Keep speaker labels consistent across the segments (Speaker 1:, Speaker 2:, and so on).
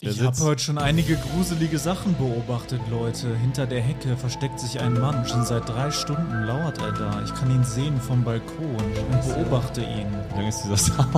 Speaker 1: Ich habe heute schon einige gruselige Sachen beobachtet, Leute. Hinter der Hecke versteckt sich ein Mann. Schon seit drei Stunden lauert er da. Ich kann ihn sehen vom Balkon und beobachte ihn.
Speaker 2: Wie lang ist dieser Sound?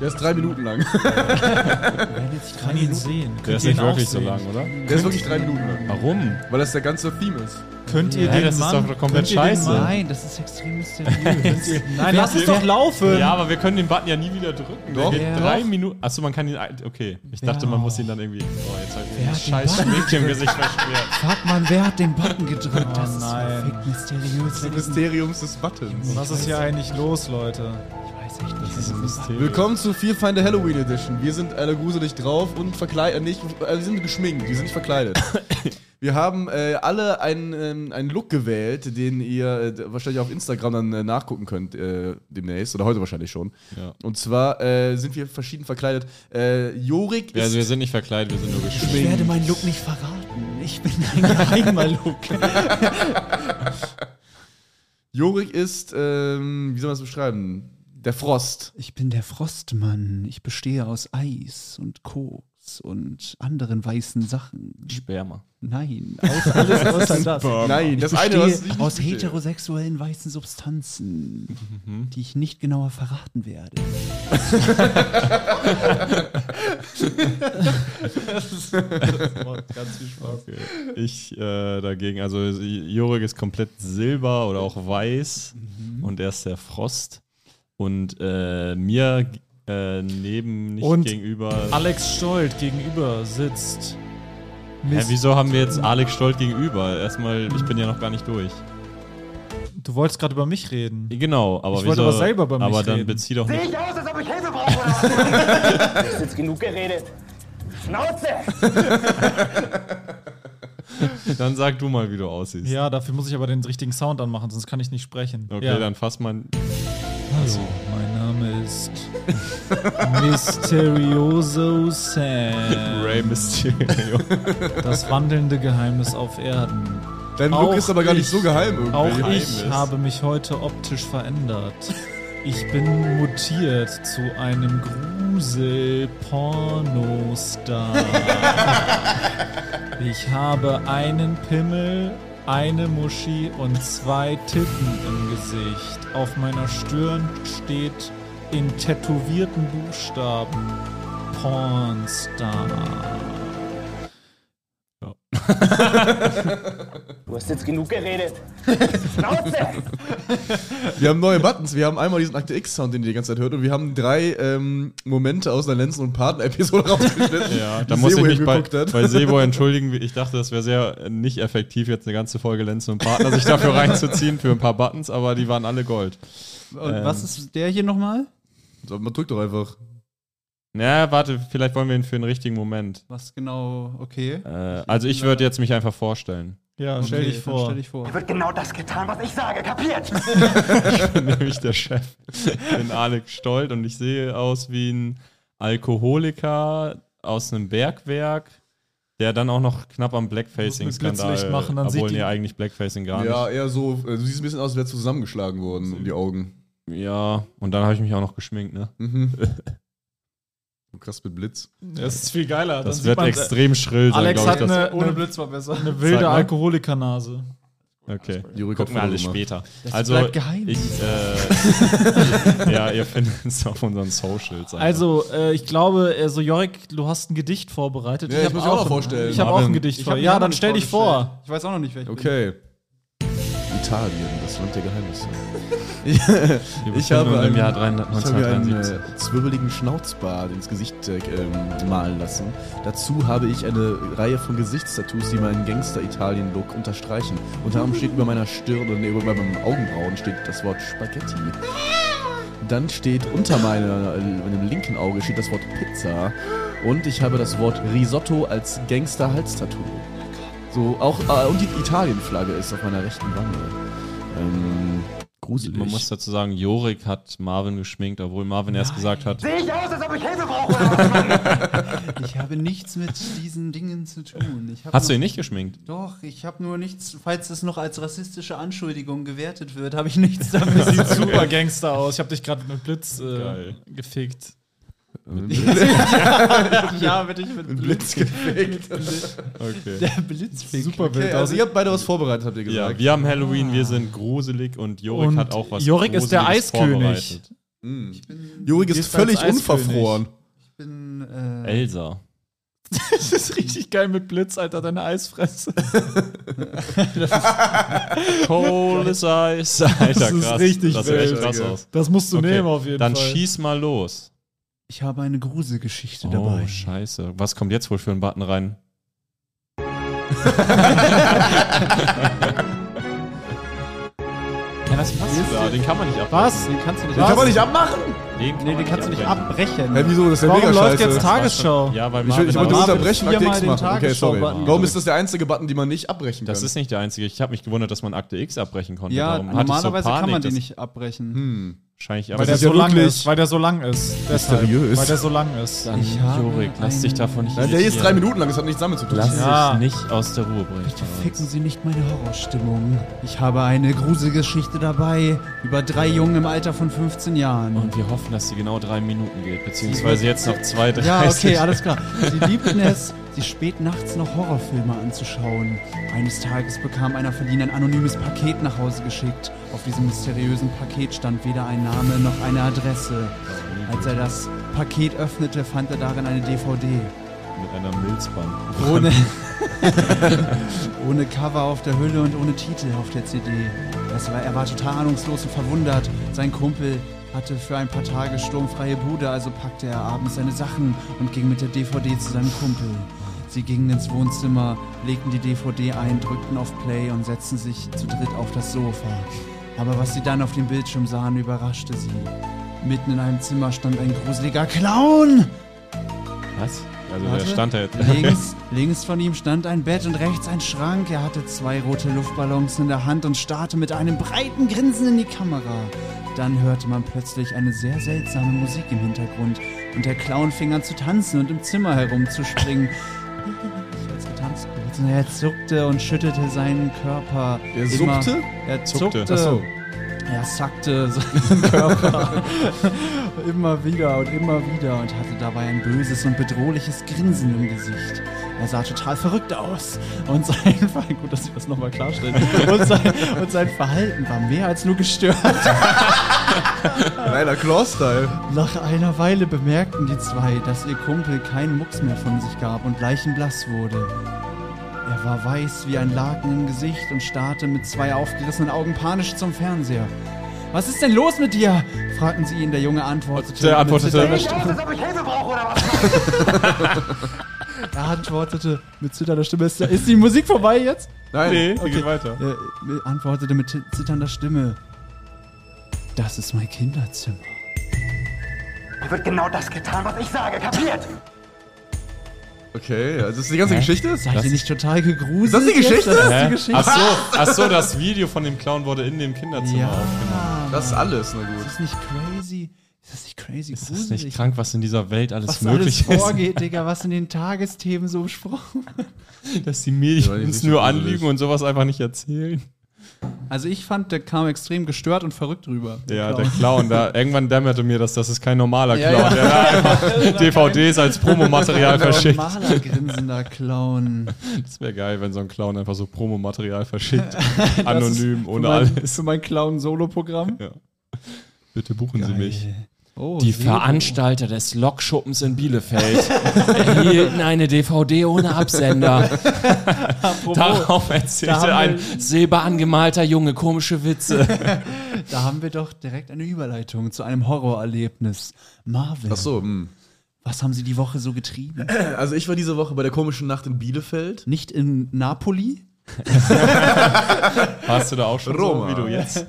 Speaker 3: Der ist drei Minuten lang.
Speaker 1: Ich kann ihn sehen. Könnt
Speaker 2: Der ist
Speaker 1: ihr
Speaker 2: nicht
Speaker 1: ihn auch
Speaker 2: wirklich so
Speaker 1: sehen?
Speaker 2: lang, oder?
Speaker 3: Der ist wirklich drei Minuten lang.
Speaker 2: Warum?
Speaker 3: Weil das der ganze Theme ist.
Speaker 1: Könnt ihr
Speaker 2: Hä,
Speaker 1: den
Speaker 2: das ist
Speaker 1: Mann?
Speaker 2: doch komplett
Speaker 1: könnt ihr den
Speaker 2: scheiße.
Speaker 1: Mann-
Speaker 4: Nein, das ist extrem mysteriös.
Speaker 1: Nein, lass es doch laufen.
Speaker 2: Ja, aber wir können den Button ja nie wieder drücken.
Speaker 3: Doch.
Speaker 2: Der geht
Speaker 4: Ja.
Speaker 2: drei Minuten. Achso, man kann ihn. ein- Okay. Ich dachte, man muss ihn dann irgendwie. Oh, jetzt hab ich mir ein
Speaker 4: hat den
Speaker 2: scheiß
Speaker 4: Button
Speaker 2: Schmick im Gesicht versperrt.
Speaker 4: Fuck, Mann, wer hat den Button gedrückt? das ist
Speaker 1: nein.
Speaker 4: perfekt mysteriös. Ich
Speaker 3: Mysteriums des Buttons.
Speaker 1: Was ist hier eigentlich los, Leute?
Speaker 4: weiß echt nicht. Das
Speaker 3: Willkommen zu Vier Feinde Halloween Edition. Wir sind alle gruselig drauf und verkleidet. Äh, nicht, äh, wir sind geschminkt, wir sind nicht verkleidet. Wir haben äh, alle einen, ähm, einen Look gewählt, den ihr äh, wahrscheinlich auf Instagram dann äh, nachgucken könnt äh, demnächst oder heute wahrscheinlich schon.
Speaker 2: Ja.
Speaker 3: Und zwar äh, sind wir verschieden verkleidet. Äh, Jorik
Speaker 2: Ja,
Speaker 3: ist
Speaker 2: also wir sind nicht verkleidet, wir sind nur geschminkt.
Speaker 4: ich werde meinen Look nicht verraten. Ich bin ein geheimer Look.
Speaker 3: Jorik ist, ähm, wie soll man das beschreiben? Der Frost.
Speaker 4: Ich bin der Frostmann. Ich bestehe aus Eis und Koks und anderen weißen Sachen.
Speaker 2: Sperma.
Speaker 4: Nein, aus, alles außer das.
Speaker 3: Nein, das
Speaker 4: ich
Speaker 3: eine,
Speaker 4: bestehe
Speaker 3: was ich nicht
Speaker 4: aus
Speaker 3: verstehe.
Speaker 4: heterosexuellen weißen Substanzen, die ich nicht genauer verraten werde.
Speaker 1: Ganz viel Spaß.
Speaker 2: Okay. Ich äh, dagegen, also Jorik ist komplett silber oder auch weiß
Speaker 1: Mhm.
Speaker 2: und er ist der Frost. Und äh, mir äh, neben, nicht
Speaker 1: Und
Speaker 2: gegenüber.
Speaker 1: Alex Stolt gegenüber sitzt.
Speaker 2: Hä,
Speaker 1: Mist.
Speaker 2: wieso haben wir jetzt Alex Stolt gegenüber? Erstmal, ich bin ja noch gar nicht durch.
Speaker 1: Du wolltest gerade über mich reden.
Speaker 2: Genau, aber
Speaker 1: Ich
Speaker 2: wieso,
Speaker 1: wollte aber selber bei mich
Speaker 2: Aber dann
Speaker 1: reden.
Speaker 2: bezieh doch nicht.
Speaker 5: Sehe ich aus, als ob ich Hilfe brauche oder was? Das ist jetzt genug geredet. Schnauze!
Speaker 2: Dann sag du mal, wie du aussiehst.
Speaker 1: Ja, dafür muss ich aber den richtigen Sound anmachen, sonst kann ich nicht sprechen.
Speaker 2: Okay,
Speaker 1: ja.
Speaker 2: dann fass mal.
Speaker 1: Hallo, mein Name ist Mysterioso Sam.
Speaker 2: Ray Mysterio.
Speaker 1: Das wandelnde Geheimnis auf Erden.
Speaker 3: Dein
Speaker 1: Auch
Speaker 3: Look ist aber gar nicht
Speaker 1: ich-
Speaker 3: so geheim irgendwie.
Speaker 1: Auch
Speaker 2: Geheimnis.
Speaker 1: ich habe mich heute optisch verändert. Ich bin mutiert zu einem Grusel-Pornostar. Ich habe einen Pimmel, eine Muschi und zwei Titten im Gesicht. Auf meiner Stirn steht in tätowierten Buchstaben Pornstar.
Speaker 5: Du hast jetzt genug geredet. Schnauze!
Speaker 3: Wir haben neue Buttons. Wir haben einmal diesen Akte X-Sound, den ihr die ganze Zeit hört, und wir haben drei ähm, Momente aus der Lenzen- und Paten-Episode rausgeschnitten.
Speaker 2: ja,
Speaker 3: die
Speaker 2: da muss ich
Speaker 3: Sebo
Speaker 2: mich bei,
Speaker 3: hingeguckt hat.
Speaker 2: bei Sebo entschuldigen. Ich dachte, das wäre sehr äh, nicht effektiv, jetzt eine ganze Folge Lenzen und Partner sich dafür reinzuziehen für ein paar Buttons, aber die waren alle Gold.
Speaker 4: Und was ist der hier nochmal?
Speaker 3: So, man drückt doch einfach.
Speaker 2: Na, warte, vielleicht wollen wir ihn für den richtigen Moment.
Speaker 4: Was genau, okay.
Speaker 2: Äh, also ich würde jetzt mich einfach vorstellen.
Speaker 1: Ja, stell
Speaker 4: okay,
Speaker 1: dich
Speaker 4: dann
Speaker 1: vor.
Speaker 4: Stell dich vor.
Speaker 5: Wird genau das getan, was ich sage. Kapiert?
Speaker 2: nämlich der Chef. Ich bin Alex Stolt und ich sehe aus wie ein Alkoholiker aus einem Bergwerk, der dann auch noch knapp am
Speaker 1: Muss
Speaker 2: Blackfacing-Skandal,
Speaker 1: mit Blitzlicht machen, dann sieht
Speaker 2: obwohl
Speaker 1: die-
Speaker 2: ja eigentlich Blackfacing gar
Speaker 3: Ja, eher so. äh, Du siehst ein bisschen aus, als wäre zusammengeschlagen worden um die Augen.
Speaker 2: nicht. Ja, und dann habe ich mich auch noch geschminkt, ne?
Speaker 3: Mhm. So krass mit Blitz.
Speaker 1: Das ist viel geiler.
Speaker 2: Das
Speaker 1: Dann sieht
Speaker 2: wird
Speaker 1: man- äh,
Speaker 2: extrem schrill sein,
Speaker 1: Alex
Speaker 2: glaube ich.
Speaker 1: hat
Speaker 2: Das,
Speaker 1: eine,
Speaker 4: Ohne
Speaker 1: eine,
Speaker 4: Blitz war besser.
Speaker 1: eine
Speaker 2: Sag
Speaker 1: wilde
Speaker 2: mal.
Speaker 1: Alkoholikernase.
Speaker 2: okay.
Speaker 3: Juri
Speaker 2: Gucken wir alles später. also,
Speaker 4: bleibt geheim.
Speaker 2: Ich, äh, ja, ihr findet es auf unseren Socials. einfach.
Speaker 1: Also, äh, ich glaube, äh, so Jorik, du hast ein Gedicht vorbereitet.
Speaker 3: Ja, ich
Speaker 1: hab
Speaker 3: muss mir auch
Speaker 1: ein-
Speaker 3: vorstellen.
Speaker 1: Ich habe auch
Speaker 2: Marvin,
Speaker 1: ein Gedicht
Speaker 4: hab
Speaker 1: vor.
Speaker 4: mich
Speaker 1: Ja,
Speaker 4: auch noch
Speaker 1: dann
Speaker 4: nicht
Speaker 1: stell dich
Speaker 4: vorgestellt.
Speaker 1: vor.
Speaker 4: Ich weiß auch noch nicht, wer ich bin.
Speaker 3: Okay. Italien, das Land der Geheimnisse.
Speaker 2: Wir
Speaker 3: Ich
Speaker 2: befinden
Speaker 3: habe
Speaker 2: uns im
Speaker 3: einen-
Speaker 2: Jahr 300
Speaker 3: Ich habe mir einen
Speaker 2: 1973.
Speaker 3: äh, zwirbeligen Schnauzbart ins Gesicht äh, ähm, malen lassen. Dazu habe ich eine Reihe von Gesichtstattoos, die meinen Gangster-Italien-Look unterstreichen. Unter anderem steht über meiner Stirn und über meinen Augenbrauen steht das Wort Spaghetti. Dann steht unter meiner, äh, meinem linken Auge steht das Wort Pizza. Und ich habe das Wort Risotto als Gangster-Halstattoo. So, auch, äh, und die Italien-Flagge ist auf meiner rechten Wange. Ähm, gruselig.
Speaker 2: Man muss dazu sagen, Jorik hat Marvin geschminkt, obwohl Marvin erst gesagt hat,
Speaker 5: Sehe ich aus, als ob ich Hilfe brauche oder was, Mann?
Speaker 4: Ich habe nichts mit diesen Dingen zu tun. Ich habe
Speaker 2: hast du
Speaker 4: nur-
Speaker 2: ihn nicht geschminkt?
Speaker 4: Doch, ich habe nur nichts, falls es noch als rassistische Anschuldigung gewertet wird, habe ich nichts damit zu tun.
Speaker 1: Super Gangster aus. Ich habe dich gerade mit Blitz äh,
Speaker 2: Geil.
Speaker 1: gefickt.
Speaker 4: ja, bitte ich mit
Speaker 3: Blitz gefegt.
Speaker 2: Okay.
Speaker 4: Blitzfick.
Speaker 1: Super wild
Speaker 3: Okay,
Speaker 1: aus.
Speaker 3: also ihr habt beide was vorbereitet, habt ihr
Speaker 2: Ja,
Speaker 3: gesagt.
Speaker 2: wir haben Halloween, wir sind gruselig und Jorik
Speaker 1: Und
Speaker 2: hat auch was
Speaker 1: Jorik ist der
Speaker 2: Gruseliges
Speaker 1: Eiskönig.
Speaker 2: vorbereitet.
Speaker 3: Jurik ist
Speaker 1: Gehst du als
Speaker 3: völlig
Speaker 1: Eiskönig?
Speaker 3: unverfroren.
Speaker 4: Ich bin, äh,
Speaker 2: Elsa.
Speaker 1: Das ist richtig geil mit Blitz, Alter, deine Eisfresse.
Speaker 2: Cold as Ice. Alter,
Speaker 1: Das ist
Speaker 2: krass.
Speaker 1: richtig
Speaker 2: das sieht echt
Speaker 1: wild.
Speaker 2: krass aus.
Speaker 1: Das musst du nehmen auf jeden
Speaker 2: Dann
Speaker 1: Fall.
Speaker 2: schieß mal los.
Speaker 4: ich habe eine Gruselgeschichte
Speaker 2: Oh,
Speaker 4: dabei.
Speaker 2: scheiße. Was kommt jetzt wohl für einen Button rein? ja, das passt ja, den kann man nicht abmachen.
Speaker 1: Was?
Speaker 4: Den kannst du nicht
Speaker 3: Den kann man nicht
Speaker 4: ab
Speaker 3: abmachen!
Speaker 2: Den kann
Speaker 4: nee,
Speaker 2: man
Speaker 4: den kannst du nicht
Speaker 2: abwenden.
Speaker 4: abbrechen.
Speaker 3: Hä, wieso? Das ist ja
Speaker 1: Warum
Speaker 3: mega
Speaker 1: läuft
Speaker 3: scheiße.
Speaker 1: jetzt Tagesschau?
Speaker 2: Ja, weil
Speaker 3: ich, will- ich wollte
Speaker 2: Marvin-
Speaker 4: Marvin
Speaker 3: unterbrechen, Akte
Speaker 4: viermal
Speaker 3: X
Speaker 4: den
Speaker 3: machen. Okay, sorry.
Speaker 4: Tagesschau-Button
Speaker 3: Warum ist das der einzige Button, den man nicht abbrechen kann?
Speaker 2: Das ist nicht der einzige. Ich habe mich gewundert, dass man Akte X abbrechen konnte.
Speaker 4: Ja,
Speaker 2: Darum hatte ich so
Speaker 4: normalerweise kann
Speaker 2: Panik,
Speaker 4: man den
Speaker 2: dass- Hm.
Speaker 4: nicht abbrechen.
Speaker 2: Wahrscheinlich
Speaker 1: Weil
Speaker 2: aber
Speaker 1: der
Speaker 3: ist ja
Speaker 1: so lang
Speaker 3: wirklich
Speaker 1: ist. Weil der so lang ist. Deshalb.
Speaker 3: Mysteriös.
Speaker 1: Weil der so lang ist.
Speaker 2: dann,
Speaker 4: Ich habe
Speaker 2: Jorik, lass
Speaker 4: einen-
Speaker 2: dich davon nicht
Speaker 3: Nein, der hier ist drei
Speaker 2: irritieren.
Speaker 3: Minuten lang, das hat nichts damit zu tun.
Speaker 2: Lass
Speaker 1: Ja.
Speaker 2: dich nicht aus der Ruhe bringen.
Speaker 4: Ficken Sie nicht meine Horrorstimmung. Ich habe eine Gruselgeschichte dabei über drei Jungen im Alter von 15 Jahren.
Speaker 2: Und wir hoffen, dass sie genau drei Minuten geht, beziehungsweise jetzt noch zwei, drei.
Speaker 4: ja, okay, alles klar. Sie liebten es, sich spät nachts noch Horrorfilme anzuschauen. Eines Tages bekam einer von ihnen ein anonymes Paket nach Hause geschickt. Auf diesem mysteriösen Paket stand weder ein Name noch eine Adresse. Als er das Paket öffnete, fand er darin eine DVD.
Speaker 2: Mit einer Milzbank.
Speaker 4: Ohne, ohne Cover auf der Hülle und ohne Titel auf der CD. Das war, er war total ahnungslos und verwundert. Sein Kumpel hatte für ein paar Tage sturmfreie Bude, also packte er abends seine Sachen und ging mit der DVD zu seinem Kumpel. Sie gingen ins Wohnzimmer, legten die DVD ein, drückten auf Play und setzten sich zu dritt auf das Sofa. Aber was sie dann auf dem Bildschirm sahen, überraschte sie. Mitten in einem Zimmer stand ein gruseliger Clown!
Speaker 2: Was? Also
Speaker 4: Warte.
Speaker 2: der stand da jetzt.
Speaker 4: Links, links von ihm stand ein Bett und rechts ein Schrank. Er hatte zwei rote Luftballons in der Hand und starrte mit einem breiten Grinsen in die Kamera. Dann hörte man plötzlich eine sehr seltsame Musik im Hintergrund und der Clown fing an zu tanzen und im Zimmer herumzuspringen. Ich hab's getanzt. Und Er zuckte und schüttelte seinen Körper.
Speaker 3: Er
Speaker 4: immer-
Speaker 3: suppte?
Speaker 4: Er
Speaker 2: Zuckte.
Speaker 4: zuckte.
Speaker 2: Ach so.
Speaker 4: Er sackte seinen Körper immer wieder und immer wieder und hatte dabei ein böses und bedrohliches Grinsen im Gesicht. Er sah total verrückt aus und sein Verhalten, gut, dass ich das nochmal klarstelle, und sein, und sein Verhalten war mehr als nur gestört.
Speaker 3: Leider Claw-Style.
Speaker 4: Nach einer Weile bemerkten die zwei, dass ihr Kumpel keinen Mucks mehr von sich gab und leichenblass wurde. Er war weiß wie ein Laken im Gesicht und starrte mit zwei aufgerissenen Augen panisch zum Fernseher. Was ist denn los mit dir? fragten sie ihn. Der Junge antwortete.
Speaker 2: Der
Speaker 4: mit
Speaker 2: antwortete-
Speaker 4: zitternder
Speaker 5: Sehe ich aus, als ob ich Hilfe brauche oder was, Mann?
Speaker 4: Er antwortete mit zitternder Stimme. Ist, ist die Musik vorbei jetzt?
Speaker 3: Nein.
Speaker 1: geht weiter.
Speaker 4: Er äh, antwortete mit zi- zitternder Stimme. Das ist mein Kinderzimmer.
Speaker 5: Da wird genau das getan, was ich sage, kapiert?
Speaker 3: Okay, also das ist die ganze Geschichte?
Speaker 4: Seid
Speaker 2: Das-
Speaker 4: ihr nicht total gegruselt?
Speaker 3: Ist das die
Speaker 4: jetzt?
Speaker 3: Geschichte?
Speaker 4: Das ist
Speaker 2: Hä?
Speaker 4: die Geschichte.
Speaker 2: Ach so, ach so, das Video von dem Clown wurde in dem Kinderzimmer
Speaker 4: Ja.
Speaker 2: aufgenommen.
Speaker 3: Das ist alles, na
Speaker 4: Ist
Speaker 3: gut.
Speaker 4: das nicht crazy? Ist das nicht crazy?
Speaker 2: Ist das nicht krank, was in dieser Welt alles
Speaker 4: was
Speaker 2: möglich
Speaker 4: alles vorgeht, Digga, was in den Tagesthemen so besprochen wird.
Speaker 2: ist? Dass die Medien
Speaker 3: Ja, die
Speaker 2: uns
Speaker 3: sind
Speaker 2: nur
Speaker 3: so
Speaker 2: anlügen
Speaker 3: blöd.
Speaker 2: und sowas einfach nicht erzählen.
Speaker 4: Also ich fand, der kam extrem gestört und verrückt rüber.
Speaker 2: Ja,
Speaker 4: Clown.
Speaker 2: der Clown, da irgendwann dämmerte mir das, das ist kein normaler
Speaker 4: Ja,
Speaker 2: Clown,
Speaker 4: ja.
Speaker 2: der da einfach DVDs als Promomaterial
Speaker 4: Genau.
Speaker 2: verschickt.
Speaker 4: Normaler grinsender Clown.
Speaker 2: Das wäre geil, wenn so ein Clown einfach so Promomaterial verschickt.
Speaker 4: Das ist
Speaker 2: Anonym,
Speaker 4: für
Speaker 2: ohne
Speaker 4: mein,
Speaker 2: alles.
Speaker 4: Für mein Clown-Solo-Programm.
Speaker 2: Bitte buchen Sie mich.
Speaker 6: Die Veranstalter des Lokschuppens in Bielefeld erhielten eine DVD ohne Absender. Darauf
Speaker 4: Da haben wir-
Speaker 6: erzählte ein silber angemalter Junge komische Witze.
Speaker 4: Da haben wir doch direkt eine Überleitung zu einem Horrorerlebnis. Marvin,
Speaker 3: Ach so, hm. mh.
Speaker 4: was haben Sie die Woche so getrieben?
Speaker 3: Also ich war diese Woche bei der komischen Nacht in Bielefeld.
Speaker 4: Nicht in Napoli?
Speaker 2: Hast du da auch schon
Speaker 3: Roma.
Speaker 2: so, wie du jetzt?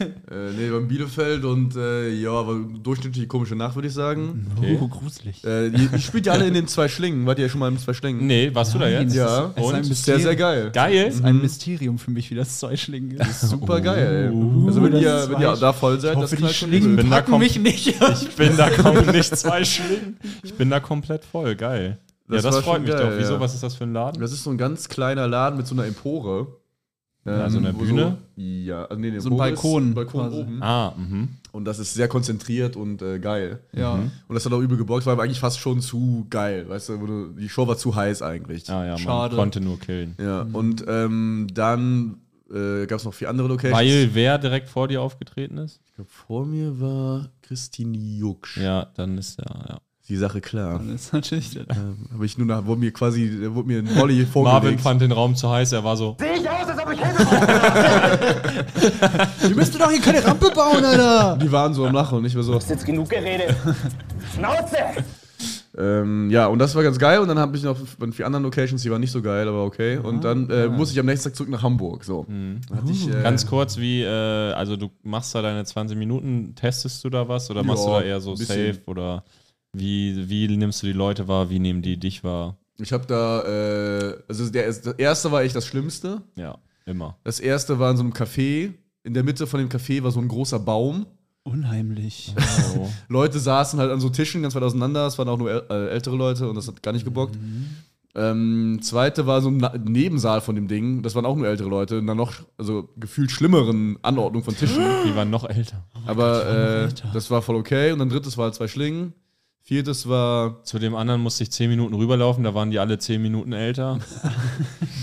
Speaker 3: Äh, nee, war in Bielefeld und äh, ja, war durchschnittlich komische Nacht, würde ich sagen.
Speaker 4: Oh, gruselig.
Speaker 3: Äh, ihr, ihr spielt ja alle in den zwei Schlingen. Wart ihr ja schon mal in zwei Schlingen?
Speaker 2: Nee, warst du da jetzt?
Speaker 3: Ja,
Speaker 4: es ist ein
Speaker 2: und?
Speaker 3: Sehr, sehr geil.
Speaker 2: Geil.
Speaker 4: Ein Mysterium für mich, wie das Zweischlingen ist.
Speaker 3: Super geil.
Speaker 2: Uh,
Speaker 3: also wenn
Speaker 4: das
Speaker 3: ihr,
Speaker 4: ist
Speaker 3: wenn ihr
Speaker 4: weich.
Speaker 3: da voll seid,
Speaker 4: Ich hoffe, die
Speaker 3: knallt schon
Speaker 4: Schlingen
Speaker 3: übel.
Speaker 2: Wenn da kommt,
Speaker 4: nicht.
Speaker 2: ich bin da kommen nicht zwei Schlingen. Ich bin da komplett voll. Geil.
Speaker 3: Das
Speaker 2: ja,
Speaker 3: war
Speaker 2: das freut
Speaker 3: schon
Speaker 2: mich
Speaker 3: geil,
Speaker 2: doch. Wieso?
Speaker 3: ja.
Speaker 2: Was ist das für ein Laden?
Speaker 3: Das ist so ein ganz kleiner Laden mit so einer Empore. Ähm,
Speaker 2: Ja, so eine
Speaker 3: wo
Speaker 2: Bühne?
Speaker 3: So, ja, also nee, eine
Speaker 4: So ein
Speaker 3: Empore
Speaker 4: Balkon
Speaker 3: Ist, Balkon
Speaker 4: quasi.
Speaker 3: oben.
Speaker 2: Ah, mhm.
Speaker 3: Und das ist sehr konzentriert und äh, geil.
Speaker 4: Ja.
Speaker 3: Und das hat auch übel gebockt, war aber eigentlich fast schon zu geil. Weißt du, wo du- die Show war zu heiß eigentlich.
Speaker 2: Ah ja,
Speaker 4: Schade.
Speaker 2: man konnte nur killen.
Speaker 3: Ja, und ähm, dann äh, gab es noch vier andere Locations.
Speaker 2: Weil wer direkt vor dir aufgetreten ist?
Speaker 3: Ich glaub, vor mir war Christine Jucksch.
Speaker 2: Ja, dann ist ja.
Speaker 3: Die Sache klar.
Speaker 4: Das ist natürlich.
Speaker 3: Ähm, aber ich nur nach, wurde mir quasi, äh, wurde mir ein Volley
Speaker 2: ja. Marvin
Speaker 3: vorgelegt.
Speaker 2: fand den Raum zu heiß, er war so.
Speaker 5: Sehe ich aus, als ob ich Hilfe
Speaker 4: Wir müssen doch hier keine Rampe bauen, Alter!
Speaker 3: Die waren so am Lachen und ich war so.
Speaker 5: Ist jetzt genug geredet. Schnauze!
Speaker 3: Ähm, ja, und das war ganz geil. Und dann habe ich noch bei vier anderen Locations, die waren nicht so geil, aber okay. Und dann äh, musste ich am nächsten Tag zurück nach Hamburg. So. Dann Hatte ich, äh,
Speaker 2: Ganz kurz, wie, äh, also du machst da deine 20 Minuten, testest du da was oder machst
Speaker 3: Ja,
Speaker 2: du da eher so
Speaker 3: bisschen.
Speaker 2: safe oder wie, wie nimmst du die Leute wahr, wie nehmen die dich wahr?
Speaker 3: ich habe da, äh, also der, das erste war echt das Schlimmste.
Speaker 2: Ja, immer.
Speaker 3: Das erste war in so einem Café. In der Mitte von dem Café war so ein großer Baum.
Speaker 4: Unheimlich.
Speaker 3: Leute saßen halt an so Tischen ganz weit auseinander. Es waren auch nur äl äh, ältere Leute und das hat gar nicht gebockt. Ähm, zweite war so ein Na Nebensaal von dem Ding. Das waren auch nur ältere Leute. In einer noch, also gefühlt schlimmeren Anordnung von Tischen.
Speaker 2: Die waren noch älter.
Speaker 6: Oh
Speaker 3: Aber äh, das war voll okay. Und dann drittes war zwei Schlingen. Viertes war.
Speaker 2: Zu dem anderen musste ich 10 Minuten rüberlaufen, da waren die alle 10 Minuten älter.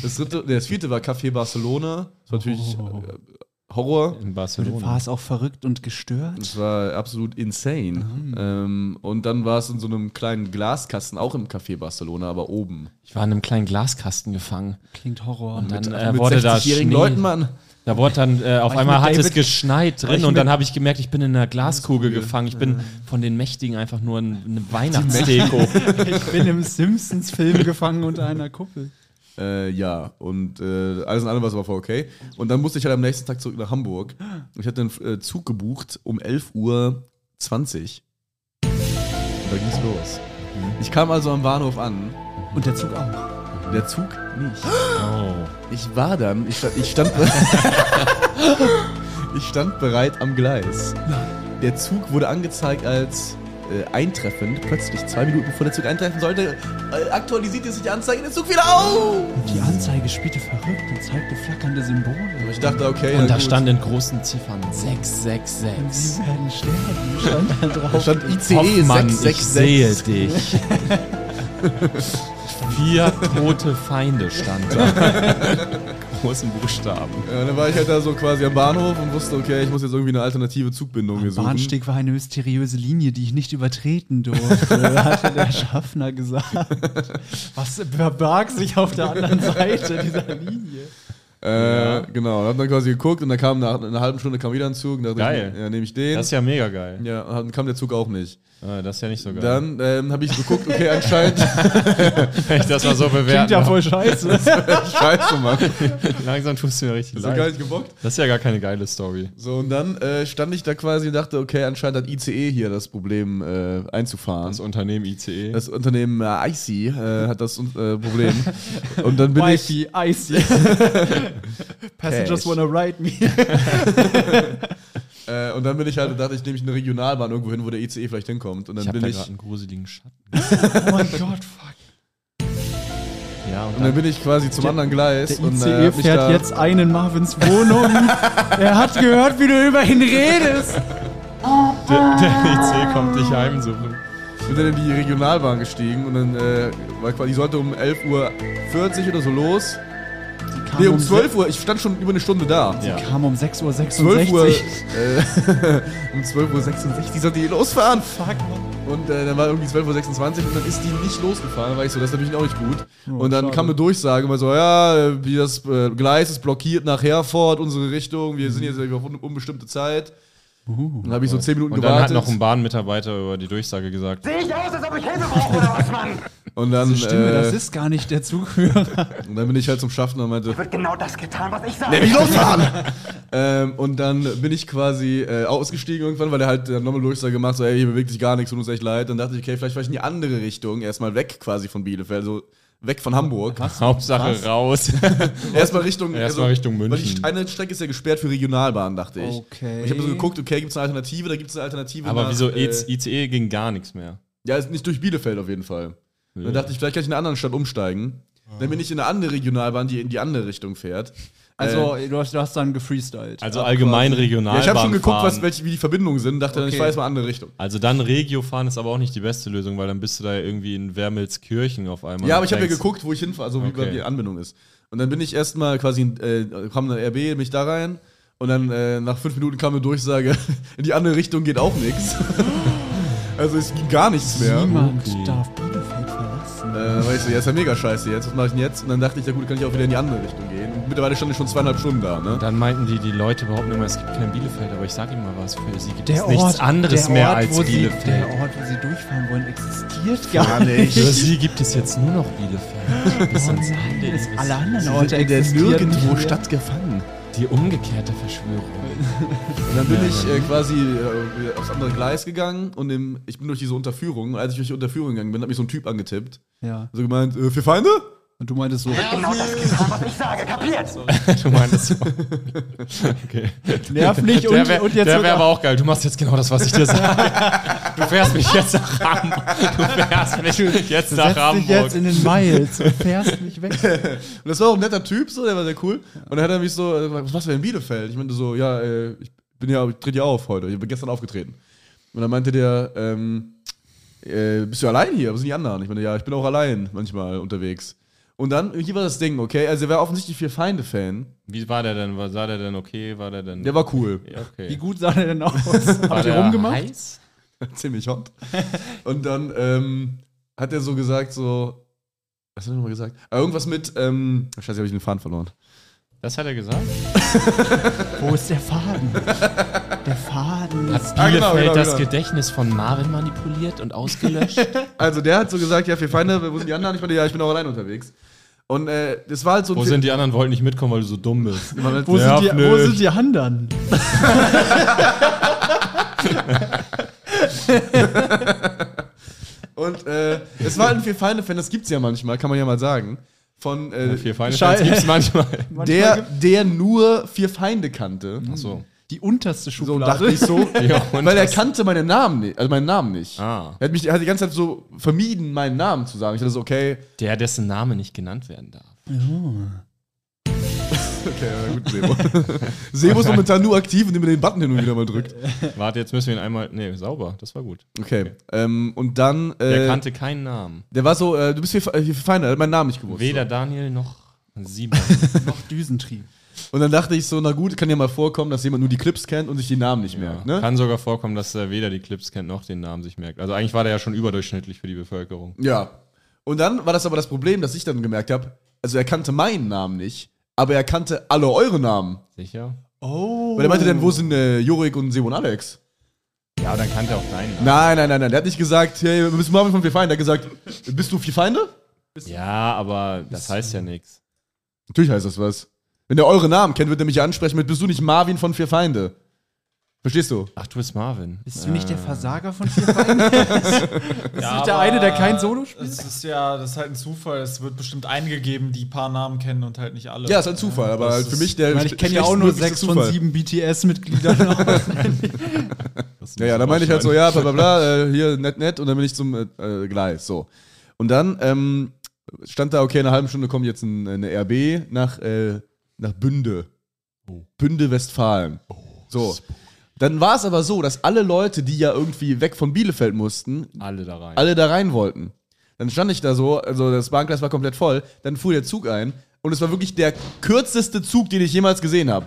Speaker 3: Das, dritte, nee, das vierte war Café Barcelona. Das war natürlich äh, Horror.
Speaker 2: In
Speaker 4: War
Speaker 2: Barcelona.
Speaker 4: es auch verrückt und gestört?
Speaker 3: Das war absolut insane.
Speaker 6: Ah.
Speaker 3: Ähm, und dann war es in so einem kleinen Glaskasten, auch im Café Barcelona, aber oben.
Speaker 6: Ich war in einem kleinen Glaskasten gefangen.
Speaker 4: Klingt Horror.
Speaker 6: Und dann äh,
Speaker 3: Mit
Speaker 6: wurde da
Speaker 3: 60-jährigen
Speaker 6: Schnee.
Speaker 3: Leuten, Mann.
Speaker 6: Da wurde dann äh, auf
Speaker 4: ich
Speaker 6: einmal
Speaker 4: mit
Speaker 6: hat es
Speaker 4: David-
Speaker 6: geschneit
Speaker 4: ich
Speaker 6: drin und dann
Speaker 4: mit-
Speaker 6: habe ich gemerkt, ich bin in einer Glaskugel gefangen. Ich bin von den Mächtigen einfach nur ein, eine Weihnachtsdeko.
Speaker 4: ich bin im Simpsons-Film gefangen unter einer Kuppel.
Speaker 3: Äh, ja, und äh, alles in allem war es aber voll okay. Und dann musste ich halt am nächsten Tag zurück nach Hamburg. Ich hatte einen äh, Zug gebucht um 11.20 Uhr. Und da ging's los.
Speaker 6: Mhm.
Speaker 3: Ich kam also am Bahnhof an.
Speaker 4: Und der Zug auch.
Speaker 3: Der Zug nicht.
Speaker 2: Oh.
Speaker 3: Ich war dann, ich, sta- ich stand Ich stand bereit am Gleis. Der Zug wurde angezeigt als äh, eintreffend. Plötzlich zwei Minuten bevor der Zug eintreffen sollte, äh, aktualisierte sich die Anzeige, der Zug wieder auf!
Speaker 4: Die Anzeige spielte verrückt und zeigte flackernde Symbole.
Speaker 3: Ich dachte, okay. na
Speaker 6: und da
Speaker 3: gut.
Speaker 6: stand in großen Ziffern 666.
Speaker 4: Sie werden sterben, stand da
Speaker 3: Da
Speaker 4: drauf.
Speaker 3: stand E ICE
Speaker 6: Hoffmann, ich
Speaker 3: 666.
Speaker 6: sehe dich. Vier tote Feinde stand da.
Speaker 2: Großen Buchstaben.
Speaker 3: Ja, dann war ich halt da so quasi am Bahnhof und wusste, okay, ich muss jetzt irgendwie eine alternative Zugbindung hier
Speaker 4: Am
Speaker 3: suchen.
Speaker 4: Bahnsteig war eine mysteriöse Linie, die ich nicht übertreten durfte, hatte der Schaffner gesagt. Was verbarg sich auf der anderen Seite dieser Linie?
Speaker 3: Äh, Genau, und hab dann quasi geguckt und dann kam nach einer halben Stunde kam wieder ein Zug und dachte
Speaker 2: Geil.
Speaker 3: ich, ja, nehme ich den.
Speaker 2: Das ist ja mega geil.
Speaker 3: ja, und dann kam der Zug auch nicht.
Speaker 2: Äh, Das ist ja nicht so geil.
Speaker 3: Dann ähm, habe ich geguckt, okay, anscheinend.
Speaker 2: Wenn ich das mal so bewerten. darf.
Speaker 4: voll scheiße.
Speaker 3: Scheiße, Mann.
Speaker 2: Langsam tust du mir richtig
Speaker 3: Das hat gar
Speaker 2: leid.
Speaker 3: nicht gebockt.
Speaker 2: Das ist ja gar keine geile Story.
Speaker 3: So, und dann äh, stand ich da quasi und dachte, okay, anscheinend hat ICE hier das Problem äh, einzufahren.
Speaker 2: Das Unternehmen E. ICE.
Speaker 3: Das Unternehmen äh, IC äh, hat das äh, Problem. Und dann bin ich.
Speaker 4: Wifey, icy. Passengers
Speaker 3: Cash.
Speaker 4: wanna ride me.
Speaker 3: Äh, und dann bin ich halt und dachte, ich nehme ich eine Regionalbahn irgendwo hin, wo der ICE vielleicht hinkommt. Und dann
Speaker 6: Ich habe
Speaker 3: bin
Speaker 6: da
Speaker 3: ich.
Speaker 6: gerade einen gruseligen Schatten.
Speaker 4: Oh mein Gott, fuck.
Speaker 6: Ja, und
Speaker 3: Und dann bin ich quasi zum anderen Gleis.
Speaker 4: Der
Speaker 3: und, äh,
Speaker 4: ICE
Speaker 3: hab mich
Speaker 4: fährt
Speaker 3: da-
Speaker 4: jetzt ein in Marvins Wohnung. er hat gehört, wie du über ihn redest.
Speaker 2: Der, der IC kommt dich heimsuchen.
Speaker 3: bin dann in die Regionalbahn gestiegen und dann äh, war quasi, die sollte um 11.40 Uhr oder so los. Die
Speaker 4: kam
Speaker 3: Nee, um
Speaker 4: se-
Speaker 3: 12 Uhr. Ich stand schon über eine Stunde da.
Speaker 2: Ja.
Speaker 4: Kam um 6 Uhr
Speaker 3: 12
Speaker 4: 66.
Speaker 3: Uhr. Äh, um 12 Uhr 66 sollte die losfahren. Fuck. Und äh, dann war irgendwie 12 Uhr 26 und dann ist die nicht losgefahren. Da war ich so, das ist natürlich auch nicht gut.
Speaker 4: Oh,
Speaker 3: und dann kam eine Durchsage, mal so, ja, äh, wie das äh, Gleis ist blockiert nach Herford, unsere Richtung. Wir sind jetzt auf un- unbestimmte Zeit.
Speaker 4: Uh,
Speaker 3: dann habe ich so 10 Minuten
Speaker 2: Und dann hat
Speaker 3: gewartet.
Speaker 2: noch ein Bahnmitarbeiter über die Durchsage gesagt.
Speaker 5: Sehe ich aus, als ob ich Hilfe brauche oder was, Mann?
Speaker 3: und dann,
Speaker 4: Diese Stimme, das
Speaker 3: äh,
Speaker 4: ist gar nicht der Zugführer.
Speaker 3: und dann bin ich halt zum Schaffner und meinte,
Speaker 5: Wird genau das getan, was ich sage.
Speaker 3: Nämlich losfahren! ähm, und dann bin ich quasi äh, ausgestiegen irgendwann, weil er halt äh, nochmal Durchsage gemacht so, ey, hier bewegt sich gar nichts, tut uns echt leid. Dann dachte ich, okay, vielleicht war ich in die andere Richtung, erstmal weg quasi von Bielefeld, also weg von Hamburg.
Speaker 2: Hauptsache raus.
Speaker 3: Erstmal Richtung, also,
Speaker 2: Erstmal Richtung
Speaker 3: weil
Speaker 2: München.
Speaker 3: Die, eine Strecke ist ja gesperrt für Regionalbahn, dachte ich.
Speaker 4: Okay.
Speaker 3: Und ich habe so geguckt, okay, gibt es eine Alternative, da gibt es eine Alternative.
Speaker 2: Aber
Speaker 3: nach,
Speaker 2: wieso
Speaker 3: äh,
Speaker 2: ICE ging gar nichts mehr?
Speaker 3: Ja, ist nicht durch Bielefeld auf jeden Fall. Und dann dachte ich, vielleicht kann ich in einer anderen Stadt umsteigen. Dann bin ich in eine andere Regionalbahn, die in die andere Richtung fährt.
Speaker 4: Also, du hast, du hast dann gefreestylt.
Speaker 2: Also allgemein regional.
Speaker 3: Ja, ich habe schon geguckt,
Speaker 2: fahren.
Speaker 3: was, welche, wie die Verbindungen sind, dachte dann, ich
Speaker 4: Okay.
Speaker 3: fahre jetzt mal andere Richtung.
Speaker 2: Also dann Regio fahren ist aber auch nicht die beste Lösung, weil dann bist du da irgendwie in Wermelskirchen auf einmal.
Speaker 3: ja, aber ich habe ja
Speaker 2: Denkst,
Speaker 3: geguckt, wo ich hinfahre, also wie
Speaker 2: Okay.
Speaker 3: die Anbindung ist. Und dann bin ich erstmal quasi, in, äh, kam eine RB, mich da rein und dann äh, nach fünf Minuten kam eine Durchsage, in die andere Richtung geht auch nichts. also es ging gar nichts mehr. Äh,
Speaker 4: Niemand darf Bielefeld verlassen.
Speaker 3: dann war ich so, ja, ist ja mega scheiße jetzt, was mache ich denn jetzt? Und dann dachte ich, ja gut, kann ich auch wieder in die andere Richtung gehen. Und mittlerweile stand ich schon zweieinhalb Stunden da, ne?
Speaker 6: Dann meinten die, die Leute behaupten immer, es gibt kein Bielefeld, aber ich sag ihnen mal was, für sie gibt es
Speaker 4: Der
Speaker 6: nichts
Speaker 4: Ort-
Speaker 6: anderes
Speaker 4: der
Speaker 6: mehr
Speaker 4: Ort,
Speaker 6: als
Speaker 4: wo sie,
Speaker 6: Bielefeld.
Speaker 4: Der Ort, wo sie durchfahren wollen, existiert gar, nicht.
Speaker 6: Für sie gibt es jetzt nur noch Bielefeld. Bis ans Ende des-
Speaker 4: Alle anderen Orte existieren nicht mehr.
Speaker 3: stattgefangen.
Speaker 6: Die umgekehrte Verschwörung.
Speaker 3: Und dann bin ich äh, quasi äh, aufs andere Gleis gegangen und im, ich bin durch diese Unterführung. Und als ich durch die Unterführung gegangen bin, hat mich so ein Typ angetippt.
Speaker 4: Ja.
Speaker 3: So gemeint, äh, für Feinde?
Speaker 4: Und du meintest so,
Speaker 5: Genau das getan, was ich sage. Kapiert?
Speaker 6: Du meinst Okay.
Speaker 4: nerv nicht und,
Speaker 6: Der wäre
Speaker 4: und jetzt wird
Speaker 6: wär
Speaker 4: auch-
Speaker 6: aber auch geil. Du machst jetzt genau das, was ich dir sage. Du fährst mich jetzt nach Hamburg. Du fährst mich jetzt nach
Speaker 4: setz dich jetzt
Speaker 6: Hamburg.
Speaker 4: in den Miles und fährst mich weg.
Speaker 3: Und das war auch ein netter Typ, so, der war sehr cool. Und dann hat er mich so, äh, gefragt, was machst du denn in Bielefeld? Ich meinte so, ja, äh, ich bin ja, ich trete ja auf heute. Ich bin gestern aufgetreten. Und dann meinte der, ähm, äh, bist du allein hier? Was sind die anderen? Ich meinte, ja, ich bin auch allein manchmal unterwegs. Und dann, hier war das Ding, okay? Also er war offensichtlich viel Feinde-Fan.
Speaker 2: Wie war der denn? War, sah der denn okay? War der denn.
Speaker 3: Der war cool.
Speaker 2: Ja, okay.
Speaker 4: Wie gut sah der denn aus? Habt ihr rumgemacht?
Speaker 6: Heiß?
Speaker 3: ziemlich hot. Und dann ähm, hat er so gesagt, so, was hat er nochmal gesagt? Ah, irgendwas mit, ähm, scheiße, habe ich den Faden verloren.
Speaker 2: Das hat er gesagt?
Speaker 4: Wo ist der Faden? Der Faden.
Speaker 6: Hat Bielefeld
Speaker 3: Ah, genau, genau,
Speaker 6: das
Speaker 3: genau.
Speaker 6: Gedächtnis von Marvin manipuliert und ausgelöscht?
Speaker 3: Also der hat so gesagt, ja, für Feinde, wo sind die anderen? Ich meinte, ja, ich bin auch allein unterwegs. Und äh, das war halt so ein
Speaker 2: Wo sind die anderen? Wollten nicht mitkommen, weil du so dumm bist.
Speaker 3: die? Halt,
Speaker 4: Wo,
Speaker 2: Nerv
Speaker 4: sind die, wo
Speaker 2: nicht.
Speaker 4: sind die anderen?
Speaker 3: Und äh, es war halt ein für Feinde Fan, das gibt's ja manchmal, kann man ja mal sagen. Von äh,
Speaker 2: Vier Feinde
Speaker 4: Schei-
Speaker 2: gibt es manchmal.
Speaker 3: der, der nur vier Feinde kannte.
Speaker 2: So.
Speaker 4: Die unterste
Speaker 3: So
Speaker 4: Schublade.
Speaker 3: dachte ich so.
Speaker 2: Ja, und
Speaker 3: Weil er
Speaker 2: das-
Speaker 3: kannte meinen Namen nicht, also meinen Namen nicht.
Speaker 2: Ah.
Speaker 3: Er hat mich er hat die ganze Zeit so vermieden, meinen Namen zu sagen. Ich dachte so, okay,
Speaker 6: Der, dessen Name nicht genannt werden darf.
Speaker 3: Okay, ja, gut, Sebo. Sebo ist momentan nur aktiv, indem er den Button hin und wieder mal drückt.
Speaker 2: Warte, jetzt müssen wir ihn einmal. Nee, sauber. Das war gut.
Speaker 3: Okay, ähm, und dann,
Speaker 2: Der
Speaker 3: äh, der,
Speaker 2: kannte keinen Namen.
Speaker 3: war so, äh, du bist hier, hier für Feinde, er hat meinen Namen nicht gewusst.
Speaker 6: Weder Daniel noch Simon.
Speaker 4: Noch Düsentrieb.
Speaker 3: So. Und dann dachte ich so, na gut, kann ja mal vorkommen, dass jemand nur die Clips kennt und sich die Namen nicht merkt, ne?
Speaker 2: Kann sogar vorkommen, dass er weder die Clips kennt noch den Namen sich merkt. Also eigentlich war der ja schon überdurchschnittlich für die Bevölkerung.
Speaker 3: Ja. Und dann war das aber das Problem, dass ich dann gemerkt habe, also er kannte meinen Namen nicht, aber er kannte alle eure Namen.
Speaker 2: Sicher?
Speaker 3: Weil er meinte dann,
Speaker 4: Oh.
Speaker 3: wo sind äh, Jorik und Sebo und Alex?
Speaker 2: Ja, dann kannte er auch
Speaker 4: ne?
Speaker 2: deinen Namen.
Speaker 3: Nein, nein, nein, nein, der hat nicht gesagt, hey, bist du Marvin von Vier Feinde? Er hat gesagt, bist du Vier Feinde?
Speaker 2: Ja, aber das heißt ja nichts.
Speaker 3: Natürlich heißt das was. Wenn der eure Namen kennt, wird er mich ansprechen mit Bist du nicht Marvin von Vier Feinde? Verstehst du?
Speaker 2: Ach, du bist Marvin.
Speaker 4: Bist du nicht der Versager von vier Feinden? Bist du nicht der eine, der kein Solo spielt?
Speaker 1: Das ist ja, das ist halt ein Zufall. Es wird bestimmt eingegeben, die paar Namen kennen und halt nicht alle.
Speaker 3: Ja, ist ein Zufall, aber halt für mich der.
Speaker 4: Ich meine, ich kenne ja auch nur sechs von sieben BTS-Mitgliedern.
Speaker 3: Ja, ja, da meine ich halt so, ja, bla bla bla, äh, hier nett, nett und dann bin ich zum äh, äh, Gleis. So. Und dann ähm, stand da, okay, in einer halben Stunde kommt jetzt ein, eine RB nach, äh, nach Bünde.
Speaker 4: Oh.
Speaker 3: Bünde, Westfalen. So. Dann war es aber so, dass alle Leute, die ja irgendwie weg von Bielefeld mussten,
Speaker 2: Alle da rein.
Speaker 3: alle da rein wollten. Dann stand ich da so, also das Bahngleis war komplett voll, dann fuhr der Zug ein, Und es war wirklich der kürzeste Zug, den ich jemals gesehen habe.